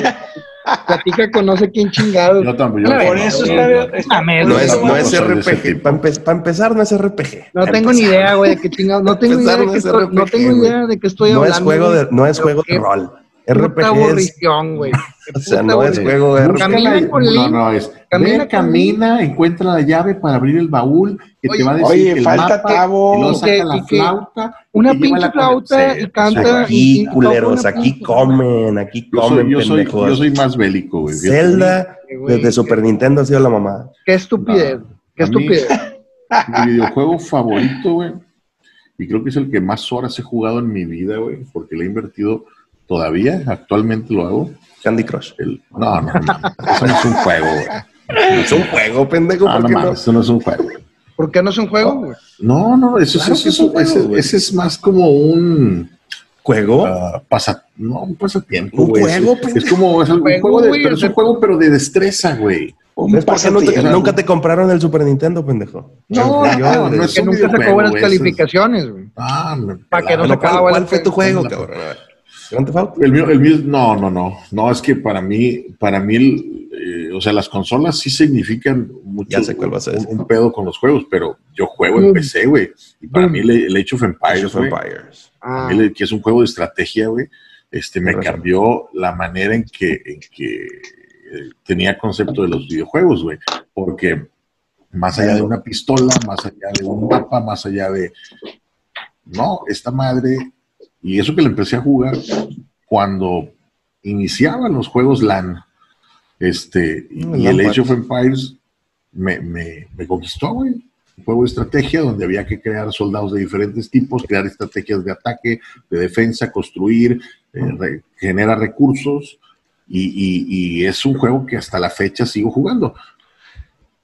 Speaker 4: platica con no sé quién chingado.
Speaker 1: Yo tampoco. yo
Speaker 4: Por
Speaker 1: tampoco,
Speaker 4: eso
Speaker 1: yo
Speaker 3: está-
Speaker 1: tampoco.
Speaker 3: está-
Speaker 4: Mames,
Speaker 2: No es, no es
Speaker 1: Soy de ese
Speaker 2: RPG.
Speaker 1: tipo.
Speaker 2: Para empezar, no es RPG.
Speaker 4: No
Speaker 2: Pa
Speaker 4: tengo ni
Speaker 2: empezar.
Speaker 4: idea, güey, de qué chingado. No tengo idea
Speaker 2: Empezaron
Speaker 4: de qué
Speaker 2: a
Speaker 4: estoy,
Speaker 2: hacer
Speaker 4: no
Speaker 2: RPG,
Speaker 4: tengo idea
Speaker 2: güey.
Speaker 4: de qué estoy
Speaker 2: No
Speaker 4: hablando.
Speaker 2: es juego
Speaker 4: güey.
Speaker 2: de, no es juego de
Speaker 4: Pero
Speaker 2: rol.
Speaker 4: qué puta
Speaker 2: RPG es.
Speaker 4: aburrición, güey.
Speaker 2: O sea,
Speaker 4: puta
Speaker 2: no es
Speaker 4: aburrición.
Speaker 2: juego de
Speaker 4: Nunca
Speaker 2: RPG.
Speaker 4: Camina
Speaker 1: Búscala Pues, y-
Speaker 4: con
Speaker 1: No,
Speaker 4: Link.
Speaker 1: no, es.
Speaker 4: Camina
Speaker 1: Camina,
Speaker 4: con
Speaker 1: camina, encuentra la llave para abrir el baúl que
Speaker 4: Oye,
Speaker 1: te va a decir
Speaker 3: oye,
Speaker 1: que el
Speaker 3: falta
Speaker 1: mapa,
Speaker 3: Tabo.
Speaker 1: y luego
Speaker 4: Y
Speaker 1: saca
Speaker 4: que- y
Speaker 1: la
Speaker 4: que-
Speaker 1: flauta. y
Speaker 4: una
Speaker 1: te lleva
Speaker 4: pinche
Speaker 1: la
Speaker 4: flauta
Speaker 1: conexión.
Speaker 4: y canta y-
Speaker 2: Aquí,
Speaker 4: y toca
Speaker 2: culeros,
Speaker 4: una
Speaker 2: aquí
Speaker 4: pinche-
Speaker 2: comen, aquí
Speaker 1: Yo soy,
Speaker 2: comen,
Speaker 1: yo, soy,
Speaker 2: pendejos.
Speaker 1: yo soy más bélico, güey. fíjate.
Speaker 2: Zelda,
Speaker 4: güey,
Speaker 2: desde
Speaker 4: que-
Speaker 2: Super Nintendo ha sido la mamada.
Speaker 4: Qué estupidez, qué
Speaker 1: A mí-
Speaker 4: estupidez.
Speaker 1: Mi videojuego favorito, güey. Y creo que es el que más horas he jugado en mi vida, güey. Porque le he invertido todavía. Actualmente lo hago.
Speaker 2: Candy Crush.
Speaker 1: El- no, no, no. Eso no es un juego, güey.
Speaker 2: Es un juego, pendejo.
Speaker 1: No,
Speaker 2: ¿por
Speaker 1: no
Speaker 2: qué no?
Speaker 1: mames, eso no es un juego.
Speaker 4: ¿Por qué no es un juego, güey?
Speaker 1: No, no, eso,
Speaker 2: Claro
Speaker 1: es,
Speaker 2: que es
Speaker 1: eso-
Speaker 2: un juego,
Speaker 1: ese-
Speaker 2: güey.
Speaker 1: ese es más como un.
Speaker 2: ¿Juego?
Speaker 1: ah, pasa, no, un pasatiempo,
Speaker 2: Un
Speaker 1: güey.
Speaker 2: juego,
Speaker 1: es,
Speaker 2: pendejo.
Speaker 1: es como es un
Speaker 4: pues. Juego,
Speaker 1: juego de,
Speaker 4: güey,
Speaker 1: pero es un
Speaker 4: de-
Speaker 1: juego pero de destreza, güey.
Speaker 3: Un
Speaker 2: ¿Ves por qué no te-
Speaker 1: pasatiempo.
Speaker 2: nunca te compraron el Super Nintendo, pendejo?
Speaker 4: No,
Speaker 2: Yo-
Speaker 1: no, no es
Speaker 4: Que
Speaker 1: un
Speaker 4: nunca se
Speaker 1: videojuego,
Speaker 4: cobran las
Speaker 1: güey, eso es-
Speaker 4: calificaciones, güey.
Speaker 1: Ah, me
Speaker 4: Pa' que
Speaker 1: pelaba.
Speaker 4: no
Speaker 2: Bueno, ¿cuál,
Speaker 4: acababa
Speaker 2: cuál
Speaker 4: el
Speaker 2: fue tu
Speaker 4: juego.
Speaker 2: juego, cabrón? A ver. Grand Theft Auto.
Speaker 1: El mío, el mío, no, no, no, no, es que para mí, para mí, el, eh, o sea, las consolas sí significan mucho
Speaker 2: Ya sé cuál vas a decir.
Speaker 1: Un, un pedo con los juegos, pero yo juego en
Speaker 4: Mm.
Speaker 1: PC, güey, y para
Speaker 4: Mm.
Speaker 1: mí el, el Age of Empires,
Speaker 2: Age of
Speaker 1: güey,
Speaker 2: Empires.
Speaker 4: Ah,
Speaker 1: el- eh, que es un juego de estrategia, güey, este, me
Speaker 2: Tienes razón.
Speaker 1: cambió la manera en que, en que eh, tenía concepto de los videojuegos, güey, porque más allá de una pistola, más allá de un mapa, más allá de, no, esta madre, y eso que le empecé a jugar cuando iniciaban los juegos LAN, este, y,
Speaker 2: Mm,
Speaker 1: y
Speaker 2: LAN
Speaker 1: el Age of Empires me, me- me conquistó, güey. Un juego de estrategia donde había que crear soldados de diferentes tipos, crear estrategias de ataque, de defensa, construir, eh, re- genera recursos, y, y- y es un juego que hasta la fecha sigo jugando.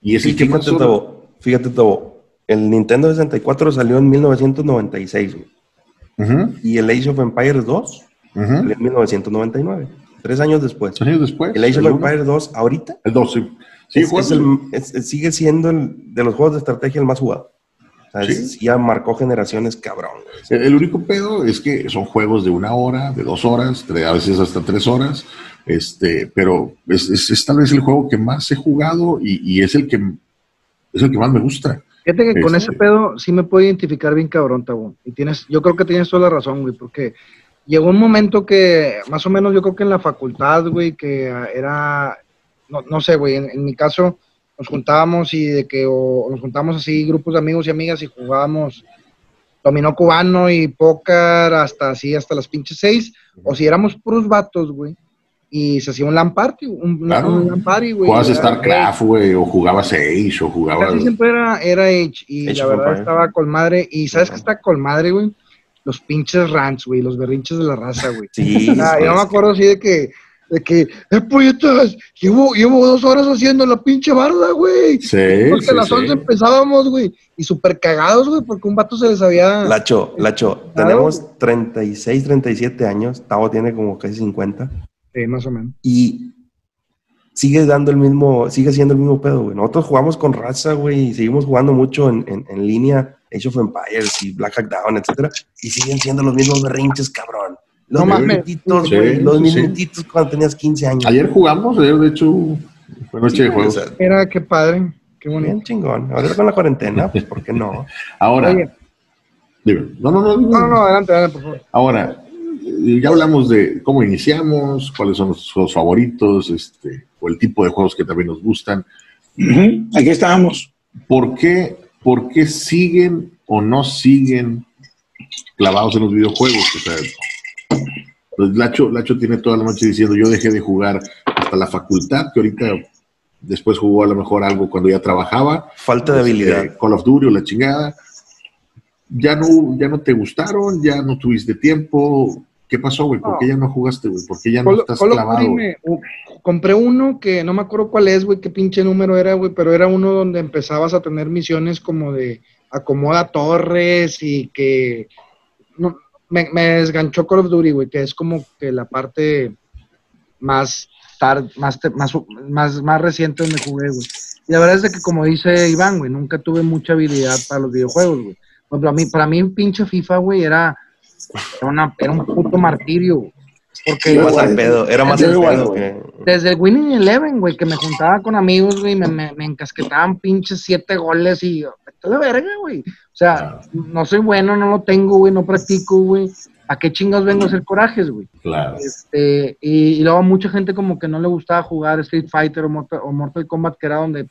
Speaker 1: Y es
Speaker 2: Y
Speaker 1: el que
Speaker 2: fíjate,
Speaker 1: más horas-
Speaker 2: Tobo, fíjate, Tobo, el Nintendo 64 salió en 1996, güey.
Speaker 1: Ujú,
Speaker 2: Y el Age of Empires 2
Speaker 1: ujú.
Speaker 2: salió en 1999. Tres años después.
Speaker 1: Dos años después.
Speaker 2: El Age of
Speaker 1: el uno,
Speaker 2: Empires 2 ahorita
Speaker 1: el dos, sí. Sí,
Speaker 2: es-
Speaker 1: juego-
Speaker 2: es el- es- es- sigue siendo el- de los juegos de estrategia el más jugado. O sea,
Speaker 1: Sí.
Speaker 2: es- ya marcó generaciones, cabrón. güey.
Speaker 1: El, Eh, el único pedo es que son juegos de una hora, de dos horas, tre- a veces hasta tres horas, este, pero es, es- es tal vez el juego que más he jugado y, y es el que es el que más me gusta.
Speaker 4: Fíjate que con
Speaker 1: Este.
Speaker 4: ese pedo sí me puedo identificar bien cabrón, Tabú. Y tienes, yo creo que tienes toda la razón, güey, porque llegó un momento que, más o menos, yo creo que en la facultad, güey, que ah, era, no, no sé, güey, en, en mi caso nos juntábamos y de que o nos juntábamos así grupos de amigos y amigas y jugábamos dominó cubano y póker hasta así, hasta las pinches seis, o si éramos puros vatos, güey, y se hacía un LAN party, un, un-
Speaker 1: Claro.
Speaker 4: un LAN party, güey.
Speaker 1: Jugabas
Speaker 4: era-
Speaker 1: StarCraft, güey, o jugabas Age, o jugabas...
Speaker 4: Casi siempre era, era Edge y
Speaker 2: Edge
Speaker 4: la
Speaker 2: of
Speaker 4: verdad
Speaker 2: Empire.
Speaker 4: estaba con madre. Y sabes que está con madre, güey. Los pinches rants, güey, los berrinches de la raza, güey.
Speaker 2: Sí, pues,
Speaker 4: O
Speaker 1: Ah,
Speaker 4: sea,
Speaker 2: güey,
Speaker 4: yo no me
Speaker 2: es que-
Speaker 4: acuerdo así de que, de que, eh, puñetas, llevo, llevo dos horas haciendo la pinche barda, güey.
Speaker 1: Sí,
Speaker 4: Porque
Speaker 1: sí,
Speaker 4: a las
Speaker 1: sí.
Speaker 4: 11 empezábamos, güey. Y súper cagados, güey, porque un vato se les había.
Speaker 2: Lacho, Lacho,
Speaker 4: Claro.
Speaker 2: tenemos 36, 37 años, Tavo tiene como casi 50
Speaker 4: Sí, más o menos.
Speaker 2: y sigue dando el mismo, sigue siendo el mismo pedo, güey. Nosotros jugamos con raza, güey, y seguimos jugando mucho en, en- en línea Age of Empires y Black Hawk Down, etcétera, y siguen siendo los mismos berrinches, cabrón. Los
Speaker 4: No mames.
Speaker 2: minutitos,
Speaker 1: Sí,
Speaker 2: güey, los
Speaker 1: sí, sí.
Speaker 2: minutitos cuando tenías 15 años.
Speaker 1: Ayer jugamos, ayer de hecho fue noche de
Speaker 2: Sí, güey, o
Speaker 1: juegos.
Speaker 2: sea,
Speaker 4: Era qué padre, qué bonito.
Speaker 2: bien chingón. Ahora con la cuarentena, pues, ¿por qué no?
Speaker 1: Ahora,
Speaker 4: Oye,
Speaker 1: dime. no, no, no,
Speaker 4: no, no, adelante, adelante, por favor.
Speaker 1: Ahora, eh, ya hablamos de cómo iniciamos, cuáles son nuestros juegos favoritos, este, o el tipo de juegos que también nos gustan.
Speaker 3: Ujú, Aquí estábamos.
Speaker 1: ¿Por qué, por qué siguen o no siguen clavados en los videojuegos? O sea, pues Lacho, Lacho tiene toda la noche diciendo, yo dejé de jugar hasta la facultad, que ahorita después jugó a lo mejor algo cuando ya trabajaba,
Speaker 2: Falta de habilidad.
Speaker 1: eh, Call of Duty o la chingada. Ya no, ya no te gustaron, ya no tuviste tiempo. ¿Qué pasó, güey? ¿Por qué ya no jugaste, güey? ¿Por qué ya no
Speaker 4: Call-
Speaker 1: estás
Speaker 4: Call of
Speaker 1: clavado?
Speaker 4: Duty
Speaker 1: güey?
Speaker 4: me- u- compré uno que no me acuerdo cuál es, güey, qué pinche número era, güey, pero era uno donde empezabas a tener misiones como de acomoda torres y que no, me, me desganchó Call of Duty, güey, que es como que la parte más tar- más, te- más, más, más reciente donde jugué, güey. Y la verdad es de que como dice Iván, güey, nunca tuve mucha habilidad para los videojuegos, güey. Por ejemplo, a mí, para mí un pinche FIFA, güey, era, era, una- era un puto martirio, güey. Porque
Speaker 3: Yo
Speaker 2: Más
Speaker 3: igual,
Speaker 2: al pedo, era más
Speaker 3: yo
Speaker 2: al
Speaker 3: igual,
Speaker 2: pedo.
Speaker 3: güey.
Speaker 2: que-
Speaker 4: desde el Winning Eleven, güey, que me juntaba con amigos, güey, me, me, me encasquetaban pinches siete goles y yo, "Vete a la verga, güey. O sea,
Speaker 1: Claro.
Speaker 4: no soy bueno, no lo tengo, güey, no practico, güey. ¿A qué chingados vengo a hacer corajes, güey?
Speaker 1: Claro.
Speaker 4: Este, y, y luego mucha gente como que no le gustaba jugar Street Fighter o Mortal, o Mortal Kombat, que era donde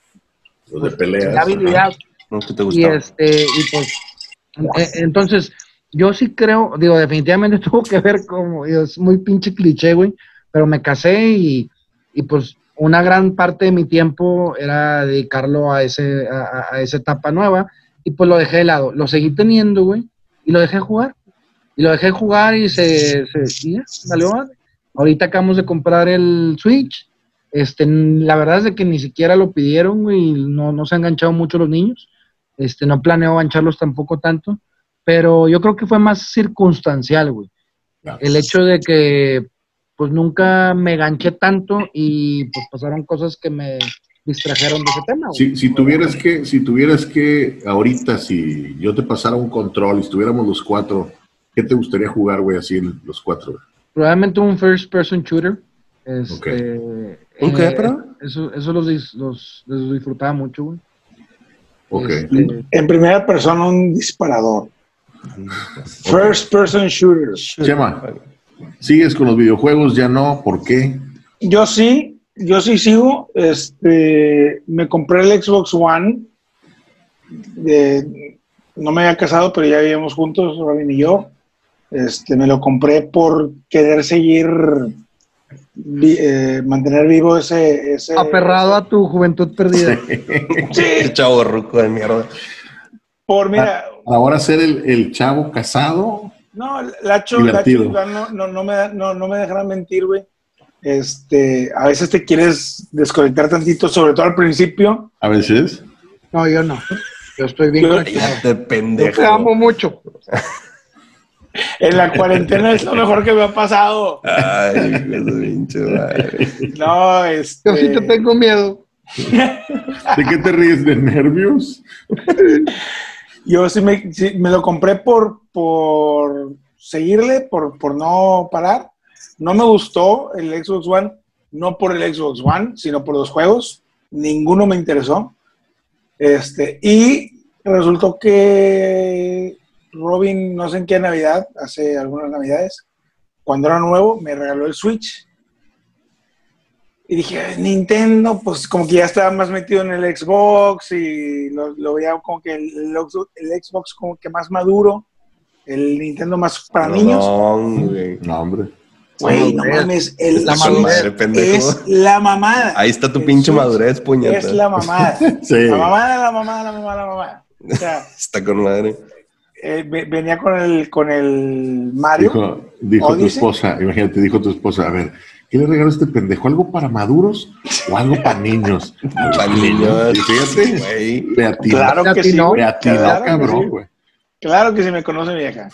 Speaker 1: Los de peleas. ajá.
Speaker 4: la habilidad,
Speaker 2: No es que te
Speaker 4: y
Speaker 2: gustaba.
Speaker 4: este, y pues, e- entonces, yo sí creo, digo, definitivamente tuvo que ver como, digo, es muy pinche cliché, güey, pero me casé y, y pues una gran parte de mi tiempo era dedicarlo a, ese, a, a- a esa etapa nueva y pues lo dejé de lado. Lo seguí teniendo, güey, y lo dejé jugar. Y lo dejé jugar y se, se y ya, valió madre. Ahorita acabamos de comprar el Switch. Este, la verdad es de que ni siquiera lo pidieron, güey, y no, no se han enganchado mucho los niños. Este, no planeo mancharlos tampoco tanto, pero yo creo que fue más circunstancial, güey.
Speaker 1: Claro.
Speaker 4: El hecho de que, pues nunca me ganché tanto y pues pasaron cosas que me distrajeron de ese tema. güey.
Speaker 1: Si, si tuvieras que, si tuvieras que, ahorita, si yo te pasara un control y estuviéramos los cuatro, ¿qué te gustaría jugar, güey, así los cuatro?
Speaker 4: Probablemente un first person shooter. Este,
Speaker 2: ¿Un qué, perdón?
Speaker 4: Eso, eso los, dis- los- los disfrutaba mucho, güey.
Speaker 1: Ok.
Speaker 4: Este,
Speaker 3: En primera persona, un disparador.
Speaker 2: pues.
Speaker 3: First person shooters.
Speaker 1: Chema, ¿sigues con los videojuegos? Ya no, ¿por qué?
Speaker 3: Yo sí, yo sí sigo. Este, me compré el Xbox One. de- no me había casado, pero ya vivíamos juntos, Robin y yo. Este, me lo compré por querer seguir vi- eh, mantener vivo ese, ese-
Speaker 4: aferrado a tu juventud perdida.
Speaker 3: Sí,
Speaker 2: Qué chavo ruco de mierda.
Speaker 3: por mira,
Speaker 1: Ahora ser el, el chavo casado.
Speaker 3: No, Lacho,
Speaker 1: Divertido.
Speaker 3: Lacho Iván, no, no, no me, da- no, no me dejarán mentir, güey. Este, a veces te quieres desconectar tantito, sobre todo al principio.
Speaker 1: A veces.
Speaker 4: No, yo no. Yo estoy bien.
Speaker 3: Yo-
Speaker 4: conectado.
Speaker 2: Te
Speaker 4: Yo te
Speaker 2: pendejo.
Speaker 4: amo mucho.
Speaker 3: En la cuarentena es lo mejor que me ha pasado.
Speaker 2: Ay, hijo de su pinche madre.
Speaker 3: No, este.
Speaker 4: Yo sí te tengo miedo.
Speaker 1: ¿De qué te ríes? ¿De nervios?
Speaker 3: Yo sí me, sí me lo compré por, por seguirle, por, por no parar. No me gustó el Xbox One, no por el Xbox One, sino por los juegos. Ninguno me interesó. Este, y resultó que Robin, no sé en qué Navidad, hace algunas Navidades, cuando era nuevo, me regaló el Switch. Y dije, "Ay, Nintendo, pues como que ya estaba más metido en el Xbox y lo, lo veía como que el, el Oxo- el Xbox como que más maduro, el Nintendo más para niños.
Speaker 2: Perdón, güey.
Speaker 1: No, hombre.
Speaker 3: Güey, no
Speaker 4: Madurez.
Speaker 3: mames, el
Speaker 4: La
Speaker 3: Switch
Speaker 4: madurez,
Speaker 2: pendejo.
Speaker 3: es la mamada.
Speaker 2: Ahí está tu
Speaker 3: El
Speaker 2: pinche
Speaker 3: Switch
Speaker 2: madurez, puñeta.
Speaker 3: Es la mamada.
Speaker 1: Sí.
Speaker 3: La mamada, la mamada, la mamada, la mamada. O sea,
Speaker 2: Está con madre.
Speaker 3: eh, ve- venía con el, con el Mario.
Speaker 1: Dijo, dijo tu
Speaker 3: Odyssey.
Speaker 1: esposa, imagínate, dijo tu esposa, a ver, ¿qué le regaló a este pendejo? ¿Algo para maduros o algo para niños? Algo
Speaker 2: Pa' niños.
Speaker 1: Y fíjate,
Speaker 2: Güey.
Speaker 1: le atinó,
Speaker 3: Claro que sí.
Speaker 4: Latinó.
Speaker 3: güey.
Speaker 1: le atinó,
Speaker 3: Claro que sí.
Speaker 1: cabrón, güey.
Speaker 3: Claro que sí me conoce vieja.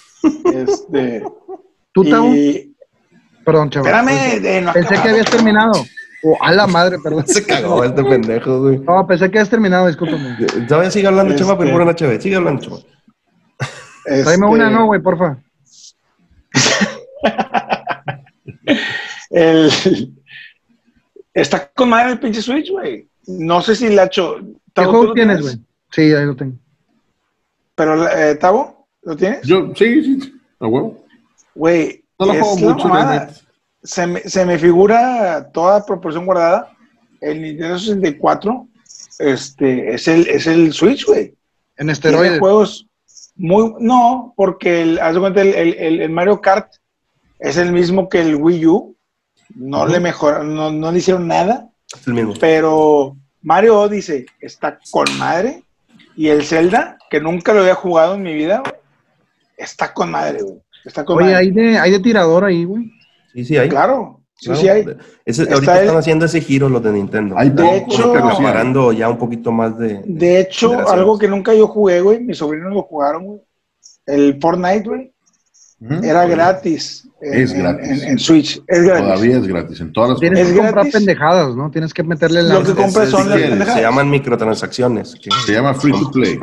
Speaker 3: Este,
Speaker 4: ¿Tú,
Speaker 3: y-
Speaker 4: Tau? Perdón, chaval.
Speaker 3: Espérame, eh, no
Speaker 4: Pensé
Speaker 3: acababa.
Speaker 4: que habías terminado. O a la madre, perdón.
Speaker 2: Se cagó este pendejo, güey.
Speaker 4: No, pensé que habías terminado, discúlpame.
Speaker 2: Todavía sigue hablando,
Speaker 3: Este-
Speaker 2: Chema, pero por una chévere. Sigue hablando, Chema.
Speaker 3: Este,
Speaker 4: Tráeme una, no, güey, porfa.
Speaker 3: el- Está con madre el pinche Switch, güey. No sé si Lacho.
Speaker 4: ¿Qué
Speaker 3: Tavo, ¿tú
Speaker 4: juego
Speaker 3: lo
Speaker 4: tienes, güey? Sí, ahí lo tengo.
Speaker 3: Pero, eh, Tavo, ¿lo tienes?
Speaker 1: Yo, sí, sí, a huevo.
Speaker 3: Güey, No lo juego mucho, se me, se me figura toda proporción guardada. El Nintendo 64 este, es, el, es el Switch, güey.
Speaker 4: En
Speaker 3: Tiene
Speaker 4: esteroides.
Speaker 3: juegos muy. No, porque el, haz de cuenta, el, el- el- el Mario Kart es el mismo que el Wii U. No
Speaker 2: Ujú.
Speaker 3: le mejoraron, no, no le hicieron nada.
Speaker 2: Es el mismo.
Speaker 3: Pero Mario Odyssey está con madre. Y el Zelda, que nunca lo había jugado en mi vida, güey, está con madre, güey. Está con
Speaker 4: Oye,
Speaker 3: madre.
Speaker 4: hay de, hay de tirador ahí, güey.
Speaker 2: Sí, sí, hay.
Speaker 3: Claro, sí,
Speaker 2: Claro.
Speaker 3: sí hay.
Speaker 2: Ese-
Speaker 3: Está
Speaker 2: ahorita
Speaker 3: el-
Speaker 2: están haciendo ese giro los de Nintendo.
Speaker 1: Hay
Speaker 2: Están
Speaker 3: de hecho-
Speaker 1: que lo hacían.
Speaker 2: preparando ya un poquito más de.
Speaker 3: De hecho,
Speaker 2: Generaciones.
Speaker 3: algo que nunca yo jugué, güey, mis sobrinos lo jugaron, güey. El Fortnite, güey,
Speaker 1: Ujú.
Speaker 3: era gratis. en-
Speaker 1: Mm, Es
Speaker 3: en-
Speaker 1: gratis.
Speaker 3: En, en Switch, es gratis.
Speaker 1: Todavía es gratis en todas las
Speaker 4: Tienes
Speaker 3: ¿Es
Speaker 4: que comprar
Speaker 3: gratis?
Speaker 4: pendejadas, ¿no? Tienes que meterle la.
Speaker 3: Lo que compras
Speaker 2: Ese-
Speaker 3: son
Speaker 2: ese-
Speaker 3: las
Speaker 2: se-
Speaker 3: pendejadas.
Speaker 2: Se llaman microtransacciones. que-
Speaker 1: Se llama Free to Play.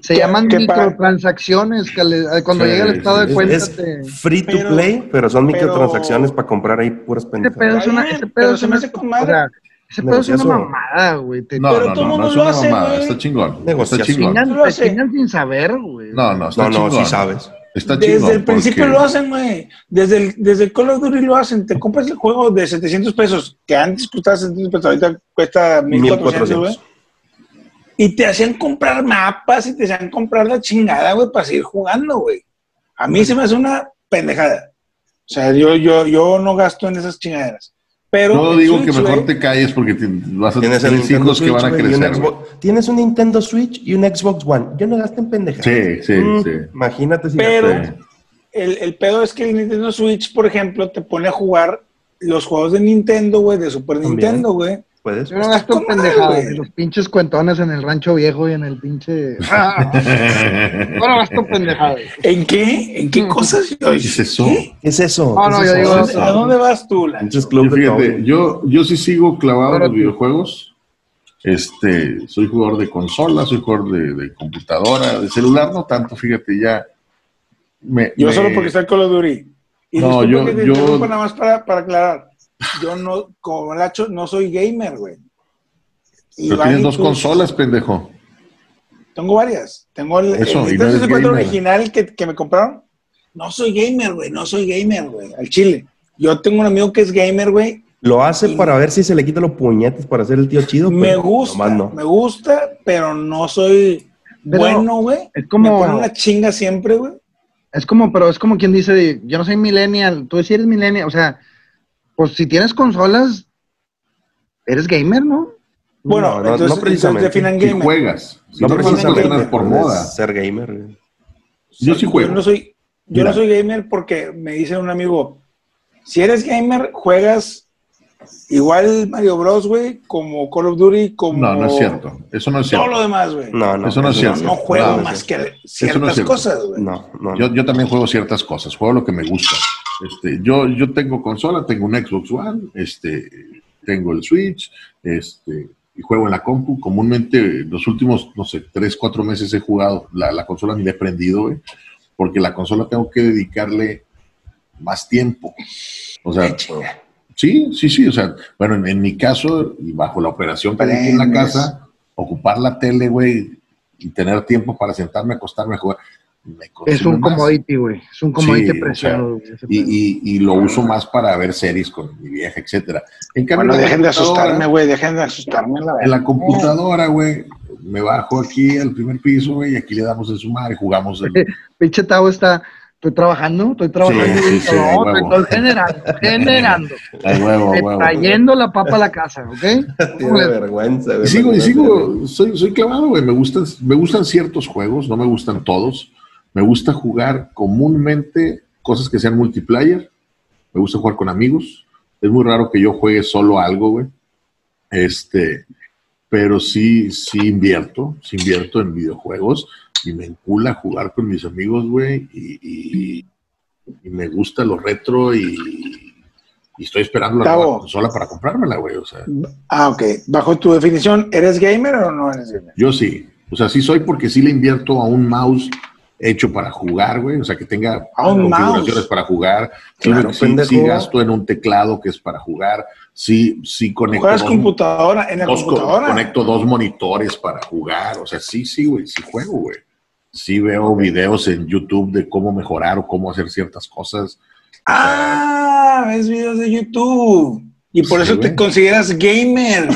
Speaker 4: Se llaman
Speaker 3: que para-
Speaker 4: microtransacciones. Que le- cuando
Speaker 1: Sí,
Speaker 4: llega el estado de
Speaker 1: sí,
Speaker 4: cuenta,
Speaker 2: es,
Speaker 4: te-
Speaker 2: es free to
Speaker 3: Pero-
Speaker 2: play, pero son
Speaker 3: pero-
Speaker 2: microtransacciones para comprar ahí puras
Speaker 4: Ese pedo
Speaker 2: pendejadas.
Speaker 4: es una.
Speaker 3: Está
Speaker 4: Ese
Speaker 3: bien,
Speaker 4: pedo
Speaker 3: pero
Speaker 4: es
Speaker 3: se me
Speaker 4: una-
Speaker 3: hace con madre.
Speaker 4: o sea, ese pedo es una
Speaker 2: Negociazo.
Speaker 4: mamada, güey. Te,
Speaker 1: No,
Speaker 3: Pero
Speaker 1: no, no,
Speaker 3: todo
Speaker 1: no
Speaker 3: mundo
Speaker 1: es
Speaker 3: lo
Speaker 1: una
Speaker 3: hace,
Speaker 1: mamada.
Speaker 3: güey.
Speaker 1: Está chingón. Está
Speaker 2: Negociación.
Speaker 1: chingón.
Speaker 4: chingan,
Speaker 3: Lo
Speaker 4: te
Speaker 3: sé.
Speaker 4: chingan sin saber, güey.
Speaker 1: No, no, está
Speaker 2: No, no,
Speaker 1: chingón.
Speaker 2: sí sabes.
Speaker 1: Está
Speaker 3: Desde
Speaker 1: chingón
Speaker 3: el principio
Speaker 1: porque-
Speaker 3: lo hacen, güey. Desde el, desde el Call of Duty lo hacen. Te compras el juego de 700 pesos, que antes costaba 700 pesos, ahorita cuesta 1400, güey.
Speaker 2: 1400.
Speaker 3: Y te hacían comprar mapas y te hacían comprar la chingada, güey, para seguir jugando, güey. A mí se me hace una pendejada. O sea, yo, yo, yo no gasto en esas chingaderas. Pero
Speaker 1: No
Speaker 3: en
Speaker 1: digo
Speaker 3: Switch,
Speaker 1: que mejor
Speaker 3: güey,
Speaker 1: te calles porque te- vas a
Speaker 2: Tienes el
Speaker 1: tener
Speaker 2: Nintendo
Speaker 1: hijos
Speaker 2: Switch
Speaker 1: que van a
Speaker 2: güey, y un
Speaker 1: crecer. güey.
Speaker 2: Xbox- Tienes un Nintendo Switch y un Xbox One. Yo no gasto en pendejadas.
Speaker 1: Sí, sí,
Speaker 2: Mm,
Speaker 1: sí.
Speaker 2: Imagínate si
Speaker 3: Pero-
Speaker 2: gastas.
Speaker 1: Sí.
Speaker 3: el, el pedo es que el Nintendo Switch, por ejemplo, te pone a jugar los juegos de Nintendo, güey, de Super
Speaker 2: También.
Speaker 3: Nintendo, güey.
Speaker 2: puedes.
Speaker 4: Yo no
Speaker 3: Está
Speaker 4: gasto en
Speaker 3: con madre,
Speaker 4: pendejadas.
Speaker 3: güey.
Speaker 4: Los pinches cuentones en el rancho viejo y en el pinche. Ah, yo no gasto en pendejadas.
Speaker 3: ¿En qué? ¿En qué cosas?
Speaker 1: ¿Qué es eso?
Speaker 3: ¿Qué?
Speaker 2: ¿Qué es eso?
Speaker 4: No,
Speaker 2: ¿Qué
Speaker 4: Ah, no,
Speaker 2: es
Speaker 4: yo
Speaker 2: eso?
Speaker 4: digo-
Speaker 1: ¿Qué es eso?
Speaker 3: ¿A dónde vas tú, Lancho?
Speaker 2: Pinches club
Speaker 1: Yo,
Speaker 2: de
Speaker 1: fíjate,
Speaker 2: todo.
Speaker 1: yo, yo sí sigo clavado en
Speaker 4: Ahora
Speaker 1: los
Speaker 4: sí.
Speaker 1: videojuegos. Este, soy jugador de consola, soy jugador de, de computadora, de celular, no tanto, fíjate, ya. me-
Speaker 3: Yo
Speaker 1: me-
Speaker 3: solo porque está el Call of Duty. Y
Speaker 1: No,
Speaker 3: disculpa
Speaker 1: yo-
Speaker 3: que te
Speaker 1: yo-
Speaker 3: interrumpa nada más para, para aclarar. Yo no, como Lacho, no soy gamer, güey. Y
Speaker 1: Pero
Speaker 3: Iván,
Speaker 1: tienes
Speaker 3: ¿y
Speaker 1: dos
Speaker 3: tú?
Speaker 1: consolas, pendejo.
Speaker 3: Tengo varias. Tengo el, el
Speaker 1: Eso, y no
Speaker 3: Nintendo
Speaker 1: eres
Speaker 3: 64
Speaker 1: gamer.
Speaker 3: original que, que me compraron. No soy gamer, güey. No soy gamer, güey. Al chile. Yo tengo un amigo que es gamer, güey.
Speaker 2: Lo hace
Speaker 3: Y-
Speaker 2: para ver si se le quita los puñetes para ser el tío chido.
Speaker 3: Me
Speaker 2: pero
Speaker 3: gusta.
Speaker 2: nomás no.
Speaker 3: Me gusta, pero no soy
Speaker 4: Pero
Speaker 3: bueno, güey.
Speaker 4: es como-
Speaker 3: Me ponen una chinga siempre, güey.
Speaker 4: Es como, pero es como quien dice, yo no soy millennial, tú sí eres millennial, o sea, pues si tienes consolas, eres gamer, ¿no?
Speaker 3: Bueno,
Speaker 2: No, no-
Speaker 3: entonces,
Speaker 2: no precisamente.
Speaker 3: entonces definan
Speaker 1: Si
Speaker 3: gamer.
Speaker 1: juegas, si no,
Speaker 2: No
Speaker 3: Yo pues,
Speaker 1: juegas,
Speaker 3: precisamente.
Speaker 1: ganas por
Speaker 2: puedes
Speaker 1: moda.
Speaker 2: Ser gamer. güey.
Speaker 1: Yo sí juego.
Speaker 3: Yo no soy, yo
Speaker 1: Mira.
Speaker 3: no soy gamer porque me dice un amigo, si eres gamer, juegas igual Mario Bros, güey, como Call of Duty, como...
Speaker 1: No, no es cierto. Eso no es
Speaker 3: Todo
Speaker 1: cierto.
Speaker 3: lo demás, güey.
Speaker 2: No, no.
Speaker 1: Eso no es
Speaker 3: Yo
Speaker 1: cierto.
Speaker 3: no juego
Speaker 1: No, no
Speaker 3: más que
Speaker 1: Eso no es
Speaker 3: ciertas
Speaker 1: cierto.
Speaker 3: cosas, güey.
Speaker 2: No, no.
Speaker 1: Yo, yo también juego ciertas cosas, juego lo que me gusta. Este, yo, yo tengo consola, tengo un Xbox One, este, tengo el Switch, este, y juego en la compu. Comúnmente los últimos, no sé, tres, cuatro meses he jugado. La, la consola ni la he prendido, güey, porque la consola tengo que dedicarle más tiempo. O sea, sí, sí, sí. O sea, bueno, en, en mi caso, y bajo la operación que hay aquí en la
Speaker 3: Prendes.
Speaker 1: casa, ocupar la tele, güey, y tener tiempo para sentarme, acostarme, a jugar. me
Speaker 4: Es
Speaker 1: consume
Speaker 4: un
Speaker 1: más.
Speaker 4: commodity, güey, es un commodity
Speaker 1: Sí,
Speaker 4: preciado.
Speaker 1: o
Speaker 4: güey, ese pedo.
Speaker 1: y, y, y lo uso más para ver series con mi vieja, etcétera. En cambio,
Speaker 3: Bueno,
Speaker 1: en la
Speaker 3: dejen de
Speaker 1: computadora-
Speaker 3: asustarme, güey, dejen de asustarme, la
Speaker 1: En
Speaker 3: verdad.
Speaker 1: la computadora, güey, me bajo aquí al primer piso, güey, y aquí le damos en su madre, jugamos el...
Speaker 4: Pinche Tavo está, estoy trabajando, estoy trabajando,
Speaker 1: Sí, sí,
Speaker 4: y
Speaker 1: sí,
Speaker 4: no,
Speaker 1: a
Speaker 4: estoy-
Speaker 1: huevo.
Speaker 4: estoy generando, generando,
Speaker 1: a huevo, a huevo.
Speaker 4: trayendo la papa a la casa, ¿ok?
Speaker 2: Tiene vergüenza.
Speaker 1: Y
Speaker 2: güey,
Speaker 1: sigo, y
Speaker 2: vergüenza.
Speaker 1: sigo, soy, soy clavado, güey, me gustan, me gustan ciertos juegos, no me gustan todos. Me gusta jugar comúnmente cosas que sean multiplayer, me gusta jugar con amigos. Es muy raro que yo juegue solo algo, güey. Este, pero sí, sí invierto, sí invierto en videojuegos y me encula jugar con mis amigos, güey, y, y- y me gusta lo retro y, y estoy esperando la
Speaker 3: Tavo.
Speaker 1: nueva consola para comprármela, güey. O sea,
Speaker 3: Ah, ok. Bajo tu definición, ¿eres gamer o no eres gamer?
Speaker 1: yo sí, o sea, sí soy porque sí le invierto a un mouse hecho para jugar, güey, o sea, que tenga
Speaker 3: A un
Speaker 1: configuraciones
Speaker 3: mouse.
Speaker 1: para jugar. Sí,
Speaker 2: Claro,
Speaker 1: sí-
Speaker 2: pendejo.
Speaker 1: sí gasto en un teclado que es para jugar, sí, sí conecto
Speaker 3: ¿Juegas
Speaker 1: dos-
Speaker 3: computadora? ¿En la
Speaker 1: dos co-
Speaker 3: computadora?
Speaker 1: conecto dos monitores para jugar. O sea, sí, sí, güey, sí juego, güey. Sí veo videos en YouTube de cómo mejorar o cómo hacer ciertas cosas.
Speaker 3: Ah, ves videos de YouTube. Y por
Speaker 1: Sí,
Speaker 3: eso
Speaker 1: güey.
Speaker 3: te consideras gamer.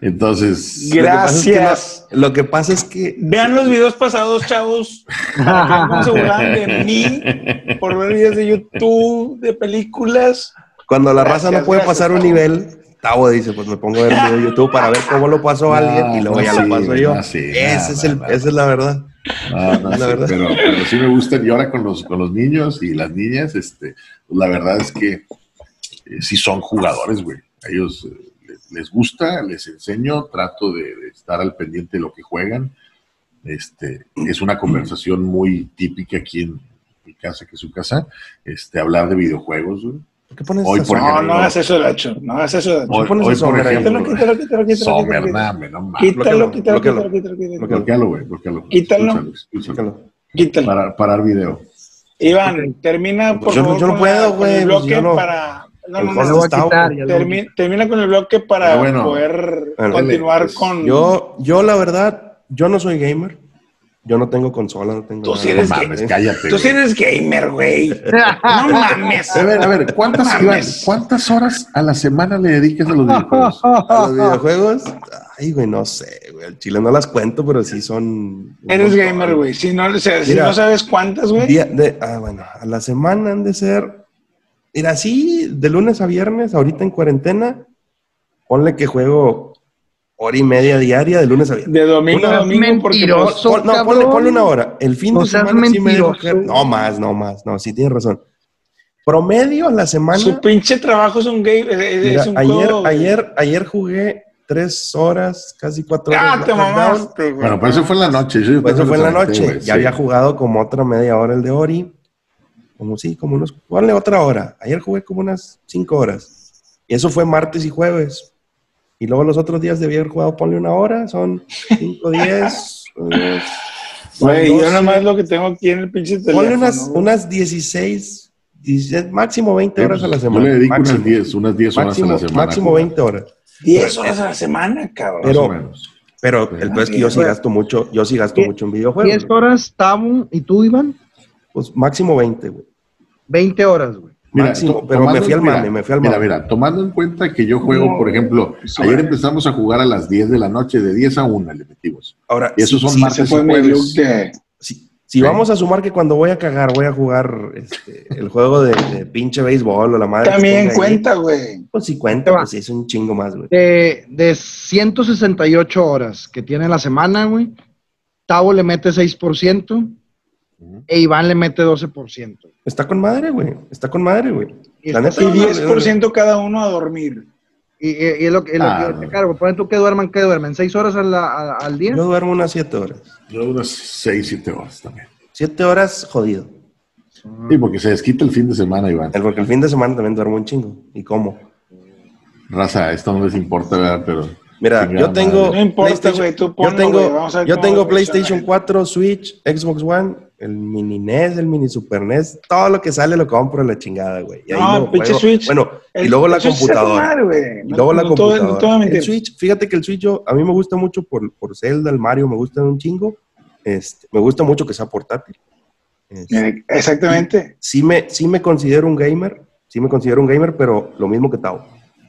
Speaker 1: Entonces,
Speaker 3: Gracias.
Speaker 2: Lo que pasa es que
Speaker 3: Vean los videos pasados, chavos. para que no se burlan de mí por ver videos de YouTube, de películas.
Speaker 2: cuando la
Speaker 3: Gracias,
Speaker 2: raza no puede
Speaker 3: gracias,
Speaker 2: pasar un
Speaker 3: Tavo.
Speaker 2: nivel, Tavo dice, pues me pongo a ver un video de YouTube para ver cómo lo pasó alguien y luego
Speaker 1: no,
Speaker 2: ya
Speaker 1: sí,
Speaker 3: Ah,
Speaker 2: lo paso yo.
Speaker 1: no, sí,
Speaker 2: Ese
Speaker 1: no,
Speaker 2: es el,
Speaker 1: no,
Speaker 2: esa es la verdad.
Speaker 1: No, no
Speaker 2: La
Speaker 1: sé,
Speaker 2: verdad.
Speaker 1: pero, pero sí me gustan. Y ahora con los, con los niños y las niñas, este, pues, la verdad es que eh, sí son jugadores, güey. A ellos eh, les, les gusta, les enseño, trato de, de estar al pendiente de lo que juegan. Este, es una conversación muy típica aquí en mi casa, que es su casa, este, hablar de videojuegos, güey.
Speaker 2: ¿Por qué pones
Speaker 1: Hoy
Speaker 2: esa
Speaker 1: por
Speaker 2: sombra?
Speaker 3: No,
Speaker 1: ejemplo.
Speaker 3: no hagas eso, Lacho. No hagas eso, Lacho.
Speaker 1: Hoy,
Speaker 2: pones
Speaker 1: hoy,
Speaker 2: eso,
Speaker 1: por
Speaker 2: hombre? Ah,
Speaker 3: Quítalo,
Speaker 1: ejemplo,
Speaker 3: quítalo, quítalo, quítalo.
Speaker 1: Sommer,
Speaker 3: quítalo.
Speaker 1: nah, hombre, no mames.
Speaker 3: Quítalo,
Speaker 2: Bloquéalo,
Speaker 3: quítalo,
Speaker 2: bloquéalo.
Speaker 3: quítalo, quítalo, quítalo.
Speaker 1: Bloquealo, güey, bloquealo.
Speaker 3: Quítalo.
Speaker 1: Escúchalo, escúchalo.
Speaker 2: Explícalo.
Speaker 3: Quítalo.
Speaker 1: Para, parar video.
Speaker 3: Iván, termina, por
Speaker 2: Pues yo no-
Speaker 3: favor.
Speaker 2: yo no
Speaker 3: con
Speaker 2: puedo,
Speaker 3: con
Speaker 2: güey,
Speaker 3: el
Speaker 2: pues
Speaker 3: bloque
Speaker 2: yo no-
Speaker 3: para. No,
Speaker 2: el
Speaker 3: no,
Speaker 2: Jorge
Speaker 4: lo voy a
Speaker 2: está-
Speaker 4: quitar, ya lo voy a
Speaker 3: Termi- termina con el bloque para
Speaker 1: Pero bueno,
Speaker 3: poder
Speaker 2: dale,
Speaker 3: continuar
Speaker 1: pues,
Speaker 3: con.
Speaker 2: Yo, yo la verdad, yo no soy gamer. Yo no tengo consola, no tengo
Speaker 3: Tú sí
Speaker 2: nada.
Speaker 1: No
Speaker 3: eres
Speaker 1: mames,
Speaker 3: gamer.
Speaker 1: cállate.
Speaker 3: Tú
Speaker 1: güey.
Speaker 3: sí eres gamer, güey. No mames.
Speaker 1: A ver, a ver, ¿cuántas,
Speaker 3: Mames.
Speaker 1: Iván, ¿cuántas horas a la semana le dedicas a los videojuegos?
Speaker 2: A los videojuegos, ay, güey, no sé, güey. al Chile no las cuento, pero sí son. un
Speaker 3: Eres
Speaker 2: montón.
Speaker 3: gamer, güey. Si no, o sea, si
Speaker 2: Mira.
Speaker 3: no sabes cuántas, güey.
Speaker 2: Día de- ah, bueno, a la semana han de ser. Mira, sí, de lunes a viernes, ahorita en cuarentena, ponle que juego hora y media diaria de lunes a viernes.
Speaker 3: De domingo a
Speaker 2: Una-
Speaker 3: domingo, porque
Speaker 4: Mentiroso.
Speaker 3: pues,
Speaker 2: Pon- no, ponle,
Speaker 4: cabrón.
Speaker 2: ponle una hora. El fin
Speaker 4: No
Speaker 2: de
Speaker 4: seas
Speaker 2: semana sí me dejo
Speaker 4: mentiroso.
Speaker 2: caer. No más, no más, no, sí tienes razón. Promedio a la semana.
Speaker 3: su pinche trabajo es un game. Es,
Speaker 2: Mira,
Speaker 3: es un
Speaker 2: ayer,
Speaker 3: juego.
Speaker 2: ayer, ayer jugué tres horas, casi cuatro horas.
Speaker 3: Ah,
Speaker 2: de
Speaker 3: te
Speaker 2: Crackdown.
Speaker 3: mamaste, güey.
Speaker 1: Bueno, pero eso fue en la noche. yo
Speaker 2: Pues eso fue en la
Speaker 1: aventé,
Speaker 2: noche.
Speaker 1: güey,
Speaker 2: ya
Speaker 1: sí.
Speaker 2: había jugado como otra media hora el de Ori. Como sí, como unos. Ponle otra hora. Ayer jugué como unas cinco horas. Y eso fue martes y jueves. Y luego los otros días debía haber jugado, ponle una hora, son cinco, diez. eh, son
Speaker 3: Güey, yo
Speaker 2: doce.
Speaker 3: nada más lo que tengo aquí en el pinche teléfono.
Speaker 2: Ponle unas,
Speaker 3: güey.
Speaker 2: unas 16, 16, máximo 20 horas a la semana.
Speaker 1: pues, Yo le dedico
Speaker 2: máximo,
Speaker 1: unas 10, unas 10 horas
Speaker 2: máximo,
Speaker 1: a la semana.
Speaker 2: máximo 20 horas.
Speaker 3: 10 horas a la semana, cabrón.
Speaker 1: Pero,
Speaker 2: Pero- Pero el peor es que yo sí gasto mucho, yo sí gasto
Speaker 4: Diez-
Speaker 2: mucho en videojuegos.
Speaker 4: 10 horas, Tamu y tú, Iván,
Speaker 2: Pues máximo 20, güey.
Speaker 4: 20 horas, güey.
Speaker 2: máximo, pero me fui al mame, me fui al mame.
Speaker 1: Mira, mira, tomando en cuenta que yo juego, por ejemplo, ayer empezamos a jugar a las 10 de la noche, de 10 a 1 le metimos.
Speaker 2: Ahora,
Speaker 1: Y esos son
Speaker 2: si,
Speaker 1: martes
Speaker 3: Ese Ah, fue
Speaker 1: y
Speaker 3: mi
Speaker 1: jueves.
Speaker 3: look de.
Speaker 2: si- si vamos a sumar que cuando voy a cagar voy a jugar este, el juego de, de pinche béisbol o la madre. que
Speaker 3: También
Speaker 2: tenga ahí,
Speaker 3: cuenta, güey.
Speaker 2: Pues si
Speaker 4: Te
Speaker 2: cuenta,
Speaker 4: va.
Speaker 2: pues sí, es un chingo más, güey.
Speaker 4: De, de 168 horas que tiene la semana, güey, Tavo le mete 6%
Speaker 1: Ujú.
Speaker 4: e Iván le mete 12%.
Speaker 2: Está con madre, güey. Está con madre, güey.
Speaker 4: Y,
Speaker 2: La neta,
Speaker 3: Y
Speaker 2: no, no, no, no.
Speaker 3: 10% cada uno a dormir.
Speaker 4: y- y- y es lo, que- es lo
Speaker 1: Ah,
Speaker 4: que yo
Speaker 1: no.
Speaker 4: te cargo. Ponen tú que duerman, que duermen, 6 horas a la- a- al día.
Speaker 2: Yo duermo unas 7 horas.
Speaker 1: Yo unas 6, 7 horas también.
Speaker 2: 7 horas jodido.
Speaker 1: Sí, porque se desquita el fin de semana, Iván.
Speaker 2: El- Porque el fin de semana también duermo un chingo. ¿Y cómo?
Speaker 1: Raza, esto no les importa, ¿verdad? Pero.
Speaker 2: Mira,
Speaker 1: Chingada
Speaker 2: yo tengo.
Speaker 1: madre.
Speaker 3: No importa,
Speaker 2: PlayStation-
Speaker 3: güey, tú
Speaker 2: yo
Speaker 3: ponlo, güey,
Speaker 2: tengo,
Speaker 3: vamos a ver
Speaker 2: yo
Speaker 3: cómo
Speaker 2: tengo
Speaker 3: lo
Speaker 2: PlayStation
Speaker 3: reacciona.
Speaker 2: 4, Switch, Xbox One, el mini NES, el mini Super NES, todo lo que sale lo compro la chingada, güey. Y ahí
Speaker 3: No,
Speaker 2: lo
Speaker 3: pinche
Speaker 2: juego.
Speaker 3: Switch.
Speaker 2: Bueno, y
Speaker 3: El-
Speaker 2: luego la
Speaker 3: el Switch está con
Speaker 2: computadora.
Speaker 3: madre, güey.
Speaker 2: Y
Speaker 3: No-
Speaker 2: luego la
Speaker 3: no te voy- no te voy a
Speaker 2: computadora.
Speaker 3: mentir.
Speaker 2: el Switch, fíjate que el Switch yo, a mí me gusta mucho por, por Zelda, el Mario, me gusta un chingo. Este, me gusta mucho que sea portátil. Este,
Speaker 3: Eh, Exactamente.
Speaker 2: sí me, sí me considero un gamer, sí me considero un gamer, pero lo mismo que Tao.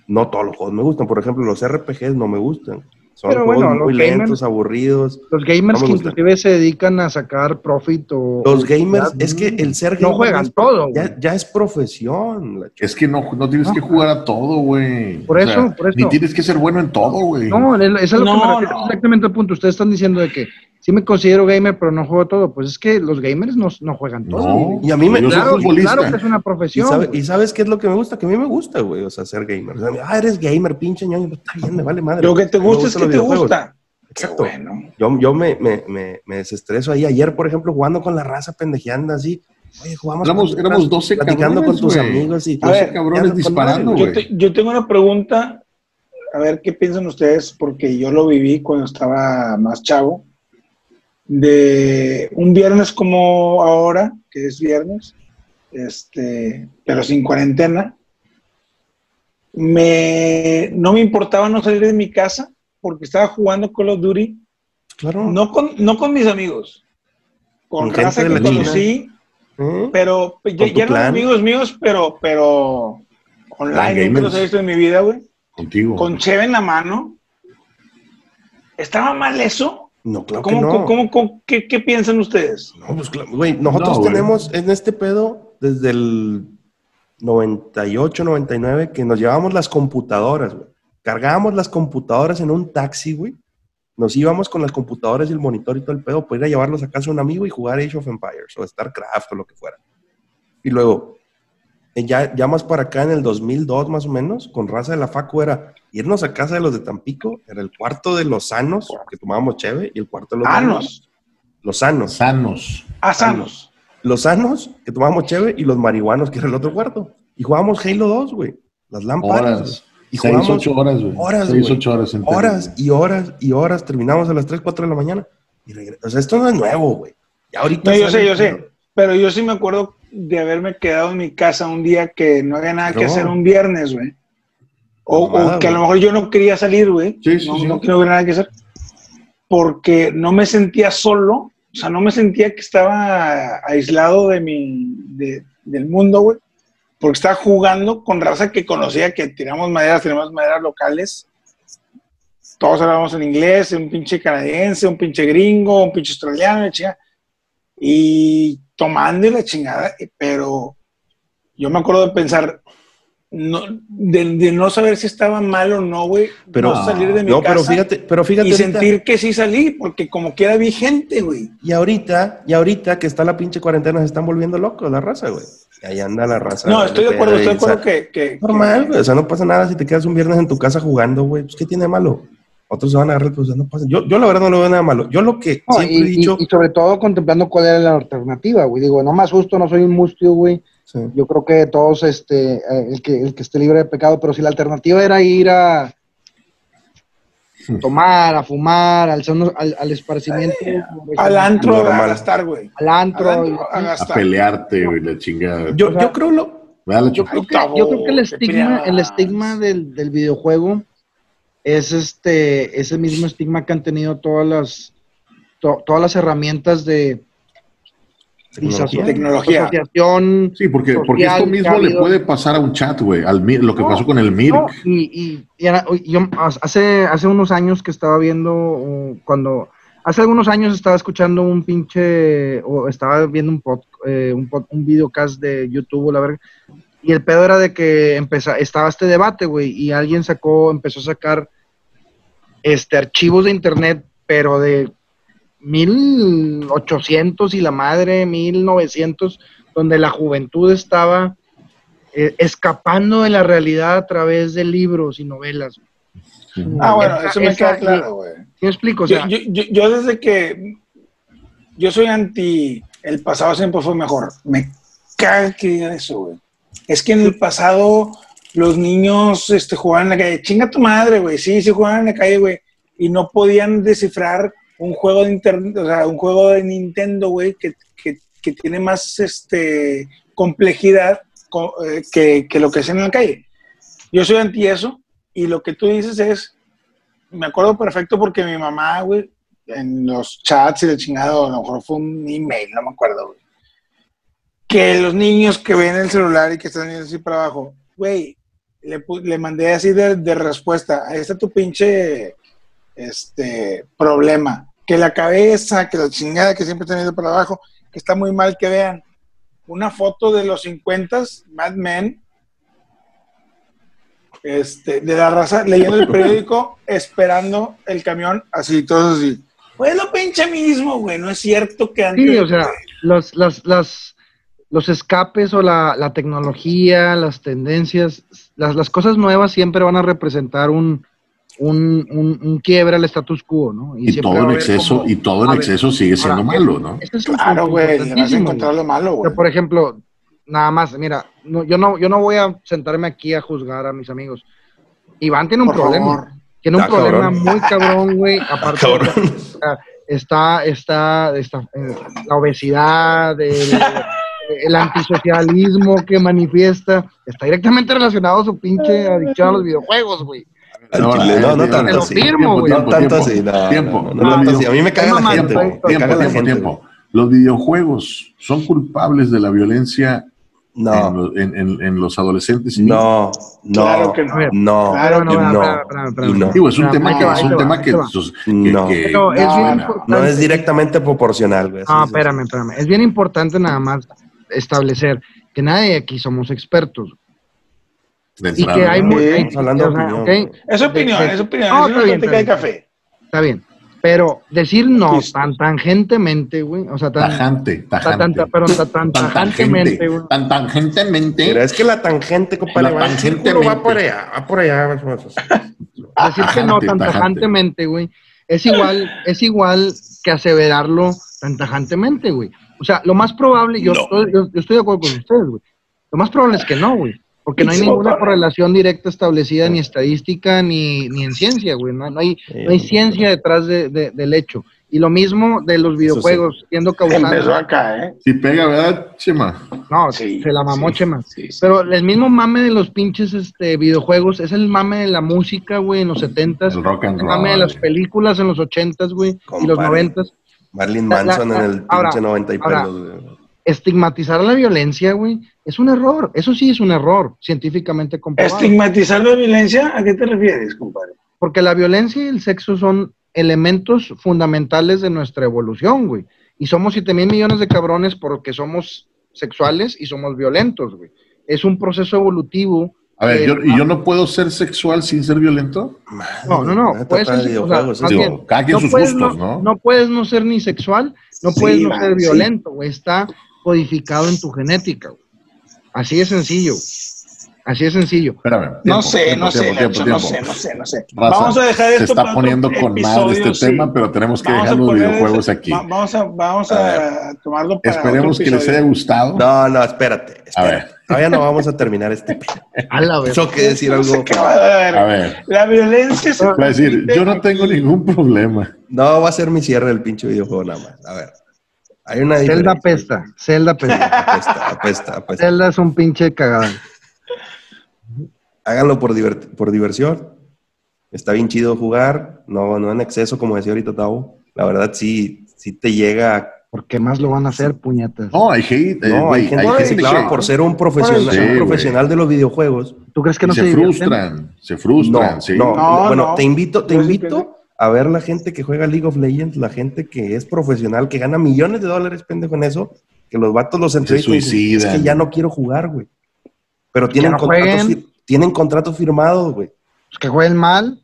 Speaker 2: No todos los juegos me gustan. Por ejemplo, los RPGs no me gustan. Son
Speaker 4: Pero
Speaker 2: juegos
Speaker 4: bueno, los
Speaker 2: muy
Speaker 4: gamers-
Speaker 2: lentos, aburridos.
Speaker 4: Los gamers
Speaker 2: No me
Speaker 4: que
Speaker 2: gustan.
Speaker 4: inclusive se dedican a sacar profit o...
Speaker 2: Los
Speaker 4: o-
Speaker 2: gamers, es que el ser
Speaker 4: No
Speaker 2: gamer
Speaker 4: juegan
Speaker 2: es-
Speaker 4: todo,
Speaker 2: Ya,
Speaker 4: güey.
Speaker 2: ya es profesión. la ch-
Speaker 1: Es que no, no tienes que jugar a todo, güey.
Speaker 4: Por eso, por eso.
Speaker 1: Ni tienes que ser bueno en todo, güey.
Speaker 4: No, es es a lo que
Speaker 3: No,
Speaker 4: me refiero,
Speaker 3: no.
Speaker 4: exactamente el punto. Ustedes están diciendo de que sí me considero gamer, pero no juego todo. Pues es que los gamers no, no juegan todo.
Speaker 1: No.
Speaker 2: Y a mí me-
Speaker 1: Yo soy
Speaker 4: Claro,
Speaker 1: futbolista.
Speaker 4: claro que es una
Speaker 2: Y,
Speaker 4: profesión.
Speaker 2: sabe-
Speaker 4: güey.
Speaker 2: y sabes qué es lo que me gusta, que a mí me gusta, güey, o sea, ser gamer. O sea, ah, eres gamer, pinche ñoño, pues, está bien, me vale madre.
Speaker 3: Lo que te
Speaker 2: Me
Speaker 3: gusta es
Speaker 2: gustan
Speaker 3: que
Speaker 2: los
Speaker 3: te
Speaker 2: videojuegos.
Speaker 3: gusta.
Speaker 2: Exacto.
Speaker 3: Qué bueno.
Speaker 2: Yo, yo me, me, me, me desestreso ahí. Ayer, por ejemplo, jugando con la raza pendejeando así. Oye, jugamos
Speaker 1: Éramos-
Speaker 2: con-
Speaker 1: éramos 12
Speaker 2: platicando
Speaker 1: cabrones,
Speaker 2: con tus
Speaker 1: güey.
Speaker 2: amigos y
Speaker 3: A ver,
Speaker 1: cabrones
Speaker 2: ya, con madre,
Speaker 1: disparando,
Speaker 2: güey.
Speaker 3: Yo,
Speaker 1: güey.
Speaker 3: te- yo tengo una pregunta, a ver qué piensan ustedes, porque yo lo viví cuando estaba más chavo, de un viernes como ahora, que es viernes, este, pero sin cuarentena, me, no me importaba no salir de mi casa porque estaba jugando Call of Duty,
Speaker 2: pues, Claro.
Speaker 3: no con, no con mis amigos, con,
Speaker 2: Con gente
Speaker 3: raza
Speaker 2: de
Speaker 3: que
Speaker 2: la
Speaker 3: conocí
Speaker 2: ¿Eh?
Speaker 3: Pero pues, ya,
Speaker 2: ¿Con tu
Speaker 3: ya eran
Speaker 2: clan?
Speaker 3: amigos míos, pero, pero online, nunca
Speaker 1: gamers.
Speaker 3: los he visto en mi vida, güey.
Speaker 1: Contigo.
Speaker 3: Con cheve en la mano. ¿Estaba mal eso?
Speaker 2: No, claro
Speaker 3: ¿Cómo,
Speaker 2: que no.
Speaker 3: cómo- cómo- cómo- qué, qué piensan ustedes?
Speaker 2: No, pues, cla- güey, nosotros
Speaker 1: No, güey.
Speaker 2: tenemos en este pedo desde el 98, 99 que nos llevábamos las computadoras, güey. Cargábamos las computadoras en un taxi, güey. Nos íbamos con las computadoras y el monitor y todo el pedo para ir a llevarlos a casa de un amigo y jugar Age of Empires o StarCraft o lo que fuera. Y luego, eh, ya, ya más para acá en el 2002 más o menos, con raza de la facu era irnos a casa de los de Tampico, era el cuarto de los sanos, que tomábamos cheve, y el cuarto de los marihuanos.
Speaker 3: Anos.
Speaker 2: Los sanos.
Speaker 1: Sanos.
Speaker 3: A Ah, sanos.
Speaker 2: Los sanos, que tomábamos cheve, y los marihuanos, que era el otro cuarto. Y jugábamos Halo 2, güey. Las lámparas.
Speaker 1: Horas.
Speaker 2: güey. Y
Speaker 1: Seis,
Speaker 2: jugábamos
Speaker 1: ocho horas, güey.
Speaker 2: horas,
Speaker 1: Seis,
Speaker 2: güey.
Speaker 1: ocho horas. enteras,
Speaker 2: horas
Speaker 1: güey.
Speaker 2: y horas y horas. Terminamos a las 3, 4 de la mañana. Y regre- o sea, esto no es nuevo, güey. Ya ahorita.
Speaker 3: No, yo
Speaker 2: sale-
Speaker 3: sé, yo sé. Pero yo sí me acuerdo de haberme quedado en mi casa un día que no había nada que
Speaker 2: No.
Speaker 3: hacer un viernes, güey. O,
Speaker 2: Mamada,
Speaker 3: o que a
Speaker 2: güey.
Speaker 3: lo mejor yo no quería salir, güey.
Speaker 1: Sí, sí,
Speaker 3: no,
Speaker 1: sí.
Speaker 3: Pues, no que no hubiera nada que hacer. Porque no me sentía solo. O sea, no me sentía que estaba aislado de mi, de- del mundo, güey. Porque estaba jugando con raza que conocía, que tiramos maderas, tiramos maderas locales. Todos hablábamos en inglés, un pinche canadiense, un pinche gringo, un pinche australiano, la chingada. Y tomando y la chingada, eh, pero yo me acuerdo de pensar, no, de, de no saber si estaba mal o no, güey,
Speaker 2: Pero-
Speaker 3: no salir de mi
Speaker 2: No,
Speaker 3: casa
Speaker 2: pero fíjate, pero fíjate.
Speaker 3: y
Speaker 2: ahorita-
Speaker 3: sentir que sí salí, porque como quiera vi gente, güey.
Speaker 2: Y ahorita, y ahorita que está la pinche cuarentena, se están volviendo locos la raza, güey. Y ahí anda la raza.
Speaker 3: No, estoy de acuerdo, estoy de acuerdo
Speaker 2: que
Speaker 3: que... que-
Speaker 2: Normal,
Speaker 3: que-
Speaker 2: güey. O sea, no pasa nada si te quedas un viernes en tu casa jugando, güey. Pues, ¿qué tiene de malo? Otros se van a agarrar, pues, o sea, no pasa. Yo, yo la verdad, no lo veo nada malo. Yo lo que
Speaker 4: No,
Speaker 2: siempre
Speaker 4: y,
Speaker 2: he dicho.
Speaker 4: y- y sobre todo contemplando cuál era la alternativa, güey. Digo, no me asusto, no soy un mustio, güey.
Speaker 2: Sí.
Speaker 4: Yo creo que todos, este, eh, el que, el que esté libre de pecado, pero si la alternativa era ir a
Speaker 1: Hmm.
Speaker 4: tomar, a fumar, al, sauna- al, al esparcimiento,
Speaker 3: al antro a
Speaker 2: Normal.
Speaker 3: gastar, güey.
Speaker 4: al antro,
Speaker 3: Al antro a
Speaker 4: y-
Speaker 1: A
Speaker 3: gastar.
Speaker 1: pelearte, güey, la chingada.
Speaker 2: Yo,
Speaker 4: o sea,
Speaker 2: yo creo lo.
Speaker 1: ¿Verdad, la
Speaker 4: yo
Speaker 1: chingada?
Speaker 4: creo que,
Speaker 3: Octavo,
Speaker 4: yo creo que el
Speaker 3: qué
Speaker 4: estigma, el
Speaker 3: peleas.
Speaker 4: estigma del, del videojuego es este, ese mismo estigma que han tenido todas las, to- todas las herramientas de
Speaker 2: Tecnología.
Speaker 3: Tecnología.
Speaker 4: disociación,
Speaker 1: Sí, porque,
Speaker 4: social
Speaker 1: porque esto
Speaker 4: que ha
Speaker 1: mismo le
Speaker 4: habido.
Speaker 1: puede pasar a un chat, güey. Al Mir- lo que
Speaker 4: No,
Speaker 1: pasó con el Mirk.
Speaker 4: No, y, y- y era- y yo hace, hace unos años que estaba viendo, uh, cuando, hace algunos años estaba escuchando un pinche, o estaba viendo un, pod, eh, un, pod- un videocast de YouTube, o la verga, y el pedo era de que empeza- estaba este debate, güey, y alguien sacó, empezó a sacar este archivos de internet, pero de 1800 y la madre 1900, donde la juventud estaba eh, escapando de la realidad a través de libros y novelas.
Speaker 3: Ah, bueno,
Speaker 4: Esa-
Speaker 3: eso me
Speaker 4: esa-
Speaker 3: queda claro, güey.
Speaker 4: ¿Sí me explico? O
Speaker 3: Yo-
Speaker 4: sea,
Speaker 3: yo, yo- yo desde que yo soy anti el pasado siempre fue mejor. Me caga que digan eso, güey. Es que en el pasado los niños este, jugaban en la calle. Chinga tu madre, güey. Sí, sí jugaban en la calle, güey. Y no podían descifrar un juego de internet, o sea, un juego de Nintendo, güey, que, que- que tiene más este, complejidad co- eh, que, que lo que hacen en la calle. Yo soy anti eso. Y lo que tú dices es, me acuerdo perfecto porque mi mamá, güey, en los chats y de chingado, a lo mejor fue un email, no me acuerdo, güey. Que los niños que ven el celular y que están viendo así para abajo, güey, le, pu- le mandé así de, de respuesta, ahí está tu pinche este, problema, que la cabeza, que la chingada que siempre están viendo para abajo, que está muy mal que vean una foto de los 50, Mad Men, este, de la raza leyendo el periódico, esperando el camión, así, todos así. Pues lo pinche mismo, güey, no es cierto que antes.
Speaker 4: sí, o sea, los, las- las- los escapes o la, la tecnología, las tendencias, las, las cosas nuevas siempre van a representar un, un, un- un quiebre al status quo, ¿no?
Speaker 1: Y
Speaker 4: siempre
Speaker 1: todo
Speaker 4: va a
Speaker 1: en
Speaker 4: haber
Speaker 1: exceso,
Speaker 4: como-
Speaker 1: y todo en
Speaker 4: a ver,
Speaker 1: exceso sigue siendo
Speaker 4: ahora,
Speaker 1: malo, ¿no?
Speaker 4: ese es un
Speaker 3: claro,
Speaker 4: punto
Speaker 1: pues,
Speaker 3: güey, le vas a
Speaker 4: importantísimo,
Speaker 3: encontrar
Speaker 4: güey.
Speaker 3: lo malo,
Speaker 4: O sea,
Speaker 3: güey.
Speaker 4: por ejemplo, nada más, mira, no, yo, no, yo no voy a sentarme aquí a juzgar a mis amigos. Iván tiene un
Speaker 3: Por
Speaker 4: problema.
Speaker 3: favor.
Speaker 4: Tiene un
Speaker 2: Ah,
Speaker 4: problema
Speaker 2: cabrón.
Speaker 4: muy cabrón, güey. Aparte,
Speaker 2: cabrón.
Speaker 4: o sea, está, está, está eh, la obesidad, el, el antisocialismo que manifiesta. Está directamente relacionado a su pinche adicción a los videojuegos, güey.
Speaker 2: Al
Speaker 1: Ahora,
Speaker 2: chile, no, no
Speaker 1: eh,
Speaker 2: tanto
Speaker 4: lo
Speaker 2: así.
Speaker 4: firmo, güey.
Speaker 2: No tanto así.
Speaker 1: Tiempo,
Speaker 2: no,
Speaker 1: tiempo.
Speaker 2: no, no, no tanto así. A mí me caga la
Speaker 4: Mamá,
Speaker 2: gente, güey. Me
Speaker 1: Tiempo,
Speaker 2: caga la
Speaker 1: tiempo,
Speaker 2: gente.
Speaker 1: tiempo. ¿Los videojuegos son culpables de la violencia en,
Speaker 2: No,
Speaker 1: lo- en- en- en los adolescentes? y niños?
Speaker 2: no, no.
Speaker 3: Claro que no.
Speaker 2: No,
Speaker 4: Claro, no,
Speaker 2: no,
Speaker 4: no,
Speaker 2: no.
Speaker 1: Digo, es un tema
Speaker 4: ahí
Speaker 1: que,
Speaker 4: te va,
Speaker 1: es un
Speaker 4: ahí te
Speaker 1: tema
Speaker 4: va,
Speaker 1: que,
Speaker 4: ahí te va.
Speaker 1: sus- que-
Speaker 2: No.
Speaker 1: que-
Speaker 4: Pero es
Speaker 1: no,
Speaker 4: bien
Speaker 1: no.
Speaker 4: importante.
Speaker 2: No es directamente proporcional, güey.
Speaker 4: No,
Speaker 2: Sí, sí,
Speaker 4: espérame, espérame. Es bien importante nada más establecer que nadie aquí somos expertos.
Speaker 1: De
Speaker 4: Y
Speaker 1: entrada,
Speaker 4: que hay
Speaker 1: ¿no?
Speaker 4: muy- hay-
Speaker 2: Estamos hablando de
Speaker 4: o sea,
Speaker 2: opinión,
Speaker 4: ok,
Speaker 2: güey.
Speaker 3: Es opinión,
Speaker 4: De- de-
Speaker 3: es opinión.
Speaker 4: No,
Speaker 3: es
Speaker 4: está
Speaker 3: una
Speaker 4: bien,
Speaker 3: plática de
Speaker 4: está
Speaker 3: café.
Speaker 4: Está bien. Pero decir no
Speaker 3: Listo.
Speaker 4: tan tangentemente, güey. O sea, tan,
Speaker 1: tajante,
Speaker 4: tan, tan,
Speaker 1: tajante.
Speaker 4: perdón, tan- tan
Speaker 1: Tan
Speaker 4: tangentemente,
Speaker 1: tangente,
Speaker 4: güey.
Speaker 1: tan tangentemente.
Speaker 2: Mira, es que la tangente, compadre,
Speaker 1: La
Speaker 2: va, el círculo
Speaker 1: tangentemente.
Speaker 2: va por allá, va por allá. pues, va por allá.
Speaker 4: Decir que no
Speaker 1: tajante,
Speaker 4: tan
Speaker 1: tajante.
Speaker 4: tajantemente, güey. Es igual, es igual que aseverarlo tan tajantemente, güey. O sea, lo más probable, yo,
Speaker 2: No.
Speaker 4: estoy, yo, yo estoy de acuerdo con ustedes, güey. Lo más probable es que no, güey. Porque no hay
Speaker 3: Sí,
Speaker 4: ninguna
Speaker 3: papá.
Speaker 4: correlación directa establecida ni estadística ni, ni en ciencia, güey. No, no hay, no hay ciencia detrás de- de- del hecho. Y lo mismo de los videojuegos, siendo causantes.
Speaker 3: Empezó acá, ¿eh?
Speaker 1: Si pega, ¿verdad, Chema?
Speaker 4: No,
Speaker 3: Sí,
Speaker 4: se la mamó
Speaker 3: sí,
Speaker 4: Chema.
Speaker 3: sí, sí.
Speaker 4: Pero el mismo mame de los pinches este, videojuegos es el mame de la música, güey, en los 70s.
Speaker 1: El rock and
Speaker 4: El mame de
Speaker 1: roll.
Speaker 4: las películas en los 80s, güey, y los
Speaker 2: Compadre.
Speaker 4: 90s.
Speaker 2: Marilyn
Speaker 4: La- la-
Speaker 2: Manson
Speaker 4: la-
Speaker 2: en el
Speaker 4: ahora,
Speaker 2: pinche 90 y
Speaker 4: ahora.
Speaker 2: pelos. güey.
Speaker 4: Estigmatizar la violencia, güey, es un error. Eso sí es un error, científicamente comprobado.
Speaker 3: Estigmatizar la violencia, ¿a qué te refieres, compadre?
Speaker 4: Porque la violencia y el sexo son elementos fundamentales de nuestra evolución, güey. Y somos 7 mil millones de cabrones porque somos sexuales y somos violentos, güey. Es un proceso evolutivo.
Speaker 1: A ver,
Speaker 4: Eh,
Speaker 1: yo, ¿y yo no puedo ser sexual sin ser violento?
Speaker 2: Ah,
Speaker 4: No, no, no.
Speaker 2: Una
Speaker 4: Puedes
Speaker 2: tata de
Speaker 4: ser- o sea,
Speaker 2: videojuegos,
Speaker 4: más
Speaker 2: esto.
Speaker 1: Digo,
Speaker 4: bien,
Speaker 1: cada quien sus
Speaker 4: puedes
Speaker 1: gustos,
Speaker 4: no,
Speaker 1: ¿no?
Speaker 4: puedes no ser ni sexual, no
Speaker 3: Sí,
Speaker 4: puedes no
Speaker 3: man,
Speaker 4: ser
Speaker 3: sí.
Speaker 4: violento, güey. Está codificado en tu genética, güey. Así de sencillo. Así de sencillo.
Speaker 1: Espérame.
Speaker 3: No
Speaker 1: tiempo,
Speaker 3: sé,
Speaker 1: tiempo,
Speaker 3: no sé,
Speaker 1: tiempo,
Speaker 3: Nacho,
Speaker 1: tiempo,
Speaker 3: no
Speaker 1: tiempo.
Speaker 3: sé, no sé, no sé.
Speaker 1: Raza,
Speaker 3: vamos a dejar
Speaker 1: Se
Speaker 3: esto
Speaker 1: está
Speaker 3: para otro
Speaker 1: poniendo con madre este
Speaker 3: episodio, sí.
Speaker 1: tema, pero tenemos que
Speaker 3: Vamos
Speaker 1: dejar
Speaker 3: a
Speaker 1: los
Speaker 3: poner
Speaker 1: videojuegos
Speaker 3: ese-
Speaker 1: aquí.
Speaker 3: va- vamos a, vamos a, tomarlo para
Speaker 1: Esperemos
Speaker 3: otro
Speaker 1: que les
Speaker 3: episodio.
Speaker 1: haya gustado.
Speaker 2: No, no, espérate.
Speaker 1: A
Speaker 2: espérate.
Speaker 1: ver,
Speaker 2: Todavía no vamos a terminar este pedo.
Speaker 4: A la vez.
Speaker 2: Tengo que decir algo.
Speaker 3: Se acaba de ver.
Speaker 1: a ver.
Speaker 3: La violencia
Speaker 4: Ah.
Speaker 3: se
Speaker 1: Va a decir, yo no tengo ningún problema.
Speaker 2: No, va a ser mi cierre del pinche videojuego nada más. A ver. Hay una
Speaker 4: Zelda
Speaker 2: diferencia.
Speaker 4: pesta, Zelda pesta.
Speaker 2: Apesta, apesta, apesta.
Speaker 4: Zelda es un pinche cagadón.
Speaker 2: Háganlo por, divert- por diversión. Está bien chido jugar. No, no en exceso, como decía ahorita Tavo. La verdad, sí, sí te llega a
Speaker 4: ¿Por qué más lo van a hacer, puñetas?
Speaker 1: No, hay hate. eh,
Speaker 2: No, hay
Speaker 1: güey,
Speaker 2: gente que se
Speaker 3: gente
Speaker 2: clava
Speaker 3: que-
Speaker 2: por ser un profesional,
Speaker 1: Sí,
Speaker 2: un
Speaker 1: güey.
Speaker 2: profesional de los videojuegos.
Speaker 4: ¿Tú crees que no
Speaker 1: y
Speaker 4: se,
Speaker 1: se
Speaker 4: divierten?
Speaker 1: frustran, se
Speaker 2: No,
Speaker 1: frustran, sí.
Speaker 2: no,
Speaker 3: No,
Speaker 2: bueno,
Speaker 3: no.
Speaker 2: te invito, te
Speaker 3: Yo sí
Speaker 2: invito a ver la gente que juega League of Legends, la gente que es profesional, que gana millones de dólares, pendejo, en eso, que los vatos los entrevistan. y dicen,
Speaker 1: suicidan.
Speaker 2: Es que ya no quiero jugar, güey. Pero tienen
Speaker 4: no
Speaker 2: contratos,
Speaker 4: jueguen.
Speaker 2: fir- tienen contratos firmados, güey.
Speaker 4: Pues que jueguen mal.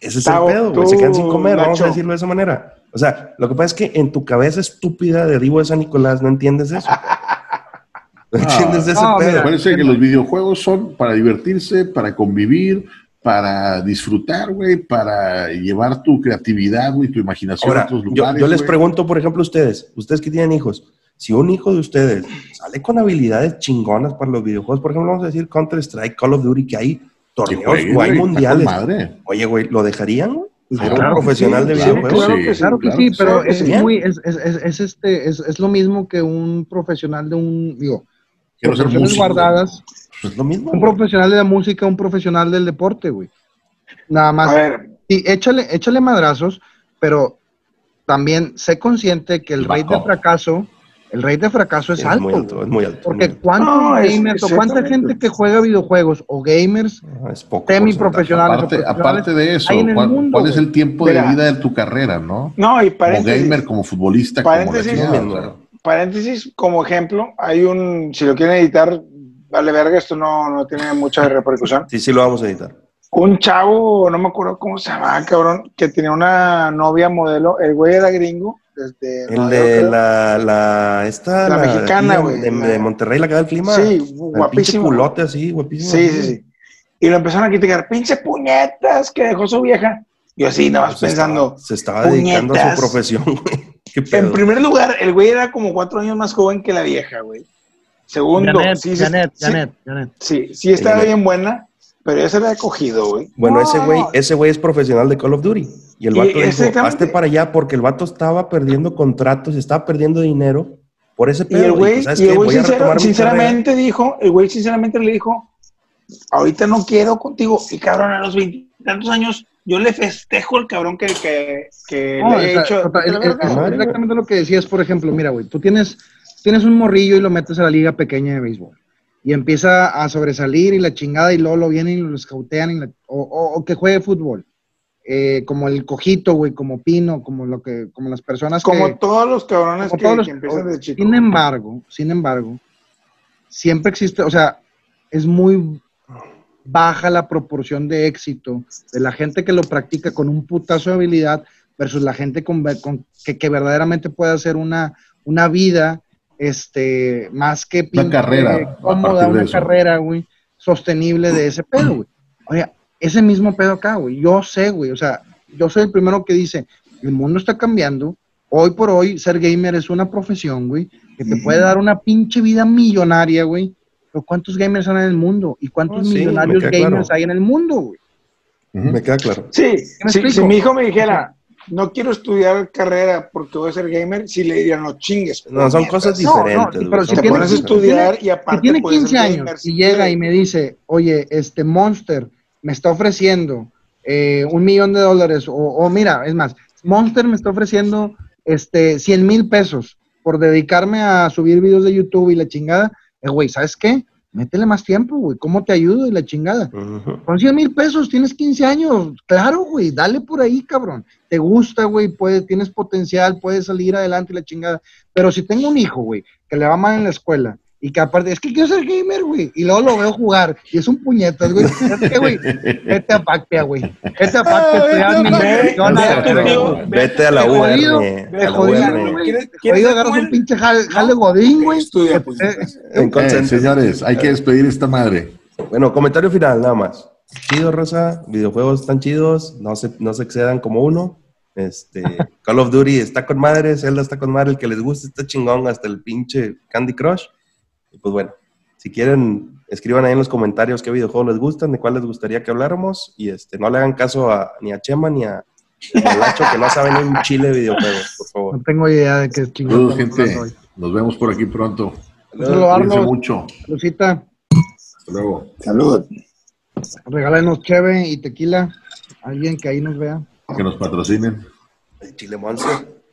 Speaker 2: Ese es
Speaker 3: Tavo,
Speaker 2: el pedo, güey. Se quedan sin
Speaker 3: tú,
Speaker 2: comer, vamos
Speaker 3: Nacho.
Speaker 2: a decirlo de esa manera. O sea, lo que pasa es que en tu cabeza estúpida de Divo de San Nicolás no entiendes eso. No entiendes ese
Speaker 4: no,
Speaker 2: pedo.
Speaker 4: mira,
Speaker 1: Acuérdense que los videojuegos son para divertirse, para convivir, para disfrutar, güey, para llevar tu creatividad, güey, tu imaginación a
Speaker 2: Ahora,
Speaker 1: otros
Speaker 2: yo-
Speaker 1: lugares.
Speaker 2: yo, les
Speaker 1: güey.
Speaker 2: pregunto, por ejemplo, a ustedes, ustedes que tienen hijos, si un hijo de ustedes sale con habilidades chingonas para los videojuegos, por ejemplo, vamos a decir Counter-Strike, Call of Duty, que hay
Speaker 1: Que
Speaker 2: torneos
Speaker 1: jueguen,
Speaker 2: o
Speaker 1: güey,
Speaker 2: hay
Speaker 1: está con
Speaker 2: mundiales.
Speaker 1: madre.
Speaker 2: Oye, güey, ¿lo dejarían, güey? Pues
Speaker 1: Ah,
Speaker 2: era
Speaker 1: claro
Speaker 2: un
Speaker 1: que
Speaker 2: profesional
Speaker 1: sí,
Speaker 2: de
Speaker 1: claro
Speaker 2: videojuegos.
Speaker 1: que sí.
Speaker 4: Claro que
Speaker 1: claro
Speaker 4: sí,
Speaker 1: que
Speaker 4: pero
Speaker 3: sí.
Speaker 4: es
Speaker 2: Bien.
Speaker 4: muy, es, es, es, es este, es, es lo mismo que un profesional de un, digo,
Speaker 1: Quiero ser
Speaker 4: proporciones
Speaker 1: músico.
Speaker 4: guardadas,
Speaker 2: Pues lo mismo.
Speaker 4: un
Speaker 2: güey.
Speaker 4: profesional de la música, un profesional del deporte, güey. Nada más.
Speaker 3: A ver,
Speaker 4: Sí, échale, échale madrazos, pero también sé consciente que el
Speaker 1: El
Speaker 4: rey de
Speaker 1: backup.
Speaker 4: fracaso, el rey de fracaso es,
Speaker 2: Es
Speaker 4: alto.
Speaker 2: muy alto,
Speaker 4: güey.
Speaker 2: es muy alto.
Speaker 4: Porque
Speaker 2: muy
Speaker 4: cuántos
Speaker 3: No, es-
Speaker 4: gamers o cuánta
Speaker 3: exactamente.
Speaker 4: gente que juega videojuegos o gamers
Speaker 2: alto. Ah, es poco
Speaker 4: semiprofesionales o
Speaker 1: Aparte,
Speaker 4: profesionales,
Speaker 1: aparte de eso,
Speaker 4: hay en el
Speaker 1: ¿cuál,
Speaker 4: mundo,
Speaker 1: cuál es
Speaker 4: güey.
Speaker 1: el tiempo
Speaker 3: Mira.
Speaker 1: de vida de tu carrera, no?
Speaker 3: no, y
Speaker 1: Como
Speaker 3: paréntesis,
Speaker 1: gamer, como futbolista, como la
Speaker 3: paréntesis,
Speaker 2: porcentaje. Es
Speaker 1: chingada,
Speaker 2: lo mismo,
Speaker 1: o sea.
Speaker 2: güey.
Speaker 3: paréntesis, como ejemplo, hay un, si lo quieren editar, vale verga, esto no, no tiene mucha repercusión.
Speaker 2: Sí, sí lo vamos a editar.
Speaker 3: Un chavo, no me acuerdo cómo se llamaba, cabrón, que tenía una novia modelo, el güey era gringo, este, desde
Speaker 2: El
Speaker 3: Nueva
Speaker 2: de
Speaker 3: York,
Speaker 2: la, la, esta,
Speaker 3: La mexicana,
Speaker 2: tía
Speaker 3: güey,
Speaker 2: De,
Speaker 3: la-
Speaker 2: de Monterrey, la que da el clima.
Speaker 3: creo. Sí,
Speaker 2: El pinche
Speaker 3: guapísimo.
Speaker 2: culote así, guapísimo.
Speaker 3: Sí, sí, sí. Y lo empezaron a criticar, pinche puñetas que dejó su vieja. Yo así, nada más
Speaker 2: Ah, Se
Speaker 3: pensando.
Speaker 2: pues, estaba- se estaba dedicando a su
Speaker 3: "Puñetas".
Speaker 2: profesión, güey. Qué
Speaker 3: En
Speaker 2: pedo.
Speaker 3: primer lugar, el güey era como cuatro años más joven que la vieja, güey. Segundo,
Speaker 4: Janet,
Speaker 3: sí, sí-
Speaker 4: Janet,
Speaker 3: sí,
Speaker 4: Janet, Janet.
Speaker 3: sí, sí estaba
Speaker 2: Janet.
Speaker 3: bien buena, pero ya se la había cogido, güey.
Speaker 2: Bueno,
Speaker 3: No,
Speaker 2: ese güey,
Speaker 3: no,
Speaker 2: ese güey es profesional de Call of Duty. Y el
Speaker 3: Y
Speaker 2: vato dijo,
Speaker 3: exactamente.
Speaker 2: hazte para allá porque el vato estaba perdiendo contratos, estaba perdiendo dinero por
Speaker 4: este
Speaker 2: ese
Speaker 3: Y
Speaker 2: pedo.
Speaker 3: el güey,
Speaker 2: pues, ¿sabes
Speaker 3: y el
Speaker 2: qué?
Speaker 3: güey
Speaker 2: Voy a
Speaker 3: sincero-
Speaker 2: retomar mi
Speaker 3: sinceramente dijo, el güey sinceramente le dijo, ahorita no quiero contigo. Y cabrón, a los veintitantos años yo le festejo al cabrón que, que, que
Speaker 4: No,
Speaker 3: le he
Speaker 4: o sea,
Speaker 3: Eh, hecho.
Speaker 4: o sea, el- el-
Speaker 2: verga,
Speaker 4: es
Speaker 2: güey.
Speaker 4: exactamente lo que decías, por ejemplo, mira, güey, tú tienes, tienes un morrillo y lo metes a la liga pequeña de béisbol y empieza a sobresalir y la chingada y luego lo vienen y lo escautean y la- o, o- o que juegue fútbol. Eh, como el cojito, güey, como Pino, como lo que, como las personas
Speaker 3: como
Speaker 4: que,
Speaker 3: todos los cabrones
Speaker 4: como
Speaker 3: que,
Speaker 4: todos los-
Speaker 3: que empiezan de chico.
Speaker 4: sin embargo, sin embargo, siempre existe, o sea, es muy baja la proporción de éxito de la gente que lo practica con un putazo de habilidad versus la gente con, con- que, que verdaderamente puede hacer una, una vida este, más que
Speaker 1: Una
Speaker 4: pin-
Speaker 1: carrera,
Speaker 4: eh,
Speaker 1: a
Speaker 4: cómoda,
Speaker 1: partir de
Speaker 4: una
Speaker 1: eso.
Speaker 4: carrera, güey, sostenible de ese pedo, güey. Oye, ese mismo pedo acá, güey. Yo sé, güey, o sea, yo soy el primero que dice, el mundo está cambiando. Hoy por hoy, ser gamer es una profesión, güey, que te puede dar una pinche vida millonaria, güey. Pero ¿cuántos gamers hay en el mundo? ¿Y cuántos
Speaker 2: Oh, sí,
Speaker 4: millonarios
Speaker 2: me queda
Speaker 4: gamers
Speaker 2: claro.
Speaker 4: hay en el mundo, güey?
Speaker 1: Ujú.
Speaker 2: Me queda claro.
Speaker 3: Sí,
Speaker 4: me
Speaker 3: si,
Speaker 4: explico?
Speaker 3: si mi hijo me dijera, no quiero estudiar carrera porque voy a ser gamer, sí le diría, no chingues.
Speaker 2: No, son
Speaker 3: puñetas".
Speaker 2: cosas
Speaker 4: no,
Speaker 2: diferentes.
Speaker 4: pero
Speaker 2: güey,
Speaker 4: si
Speaker 2: son
Speaker 3: Te
Speaker 4: tiene-
Speaker 2: cosas
Speaker 3: pones a
Speaker 4: si
Speaker 2: diferentes.
Speaker 3: estudiar y
Speaker 4: que
Speaker 3: aparte
Speaker 4: tiene
Speaker 3: puedes ser
Speaker 4: 15 años
Speaker 3: gamer,
Speaker 4: y llega y me dice, oye, este Monster me está ofreciendo eh, un millón de dólares, o, o mira, es más, Monster me está ofreciendo este 100 mil pesos por dedicarme a subir videos de YouTube y la chingada, eh, güey, ¿sabes qué? Métele más tiempo, güey, ¿cómo te ayudo y la chingada?
Speaker 2: Ujú.
Speaker 4: Con 100 mil pesos, tienes 15 años, claro, güey, dale por ahí, cabrón. Te gusta, güey, puedes, tienes potencial, puedes salir adelante y la chingada. Pero si tengo un hijo, güey, que le va mal en la escuela y que aparte, es que quiero ser gamer, güey, y luego lo veo jugar y es un puñetas, güey. ¿Sabes qué, güey? Vete a Pactea, güey. Vete a Pactea,
Speaker 3: Ah,
Speaker 4: estoy
Speaker 3: vete a
Speaker 4: administración,
Speaker 3: Pactea.
Speaker 4: a la verga.
Speaker 2: Vete a la
Speaker 4: Te
Speaker 2: UR.
Speaker 4: jodido,
Speaker 2: A
Speaker 4: te
Speaker 2: la
Speaker 4: jodido,
Speaker 2: UR.
Speaker 4: güey.
Speaker 3: ¿Quieres- quieres
Speaker 4: Oye,
Speaker 3: ser
Speaker 4: agarras
Speaker 3: como él?
Speaker 4: un pinche jale, jale godín, güey.
Speaker 3: Estudia,
Speaker 4: Eh,
Speaker 3: pues,
Speaker 4: eh,
Speaker 2: En
Speaker 1: Eh,
Speaker 2: consenso.
Speaker 1: señores, hay que despedir esta madre.
Speaker 2: Bueno, comentario final nada más. Chido, Rosa. Videojuegos están chidos. No se, no se excedan como uno. Este, Call of Duty está con madre. Zelda está con madre. El que les guste está chingón. Hasta el pinche Candy Crush. Y pues bueno, si quieren, escriban ahí en los comentarios qué videojuegos les gustan, de cuál les gustaría que habláramos. Y este, no le hagan caso a, ni a Chema ni a, ni a Lacho, que no saben un chile de videojuegos, por favor.
Speaker 4: No tengo idea de qué chingón.
Speaker 1: Saludos, gente. Nos vemos por aquí pronto.
Speaker 4: Saludos,
Speaker 1: Cuídense
Speaker 4: Arnold.
Speaker 1: mucho.
Speaker 4: Lucita.
Speaker 1: Hasta luego.
Speaker 3: Salud.
Speaker 4: Regálenos cheve y tequila. Alguien que ahí nos vea.
Speaker 1: Que nos patrocinen.
Speaker 2: El chile monstruo.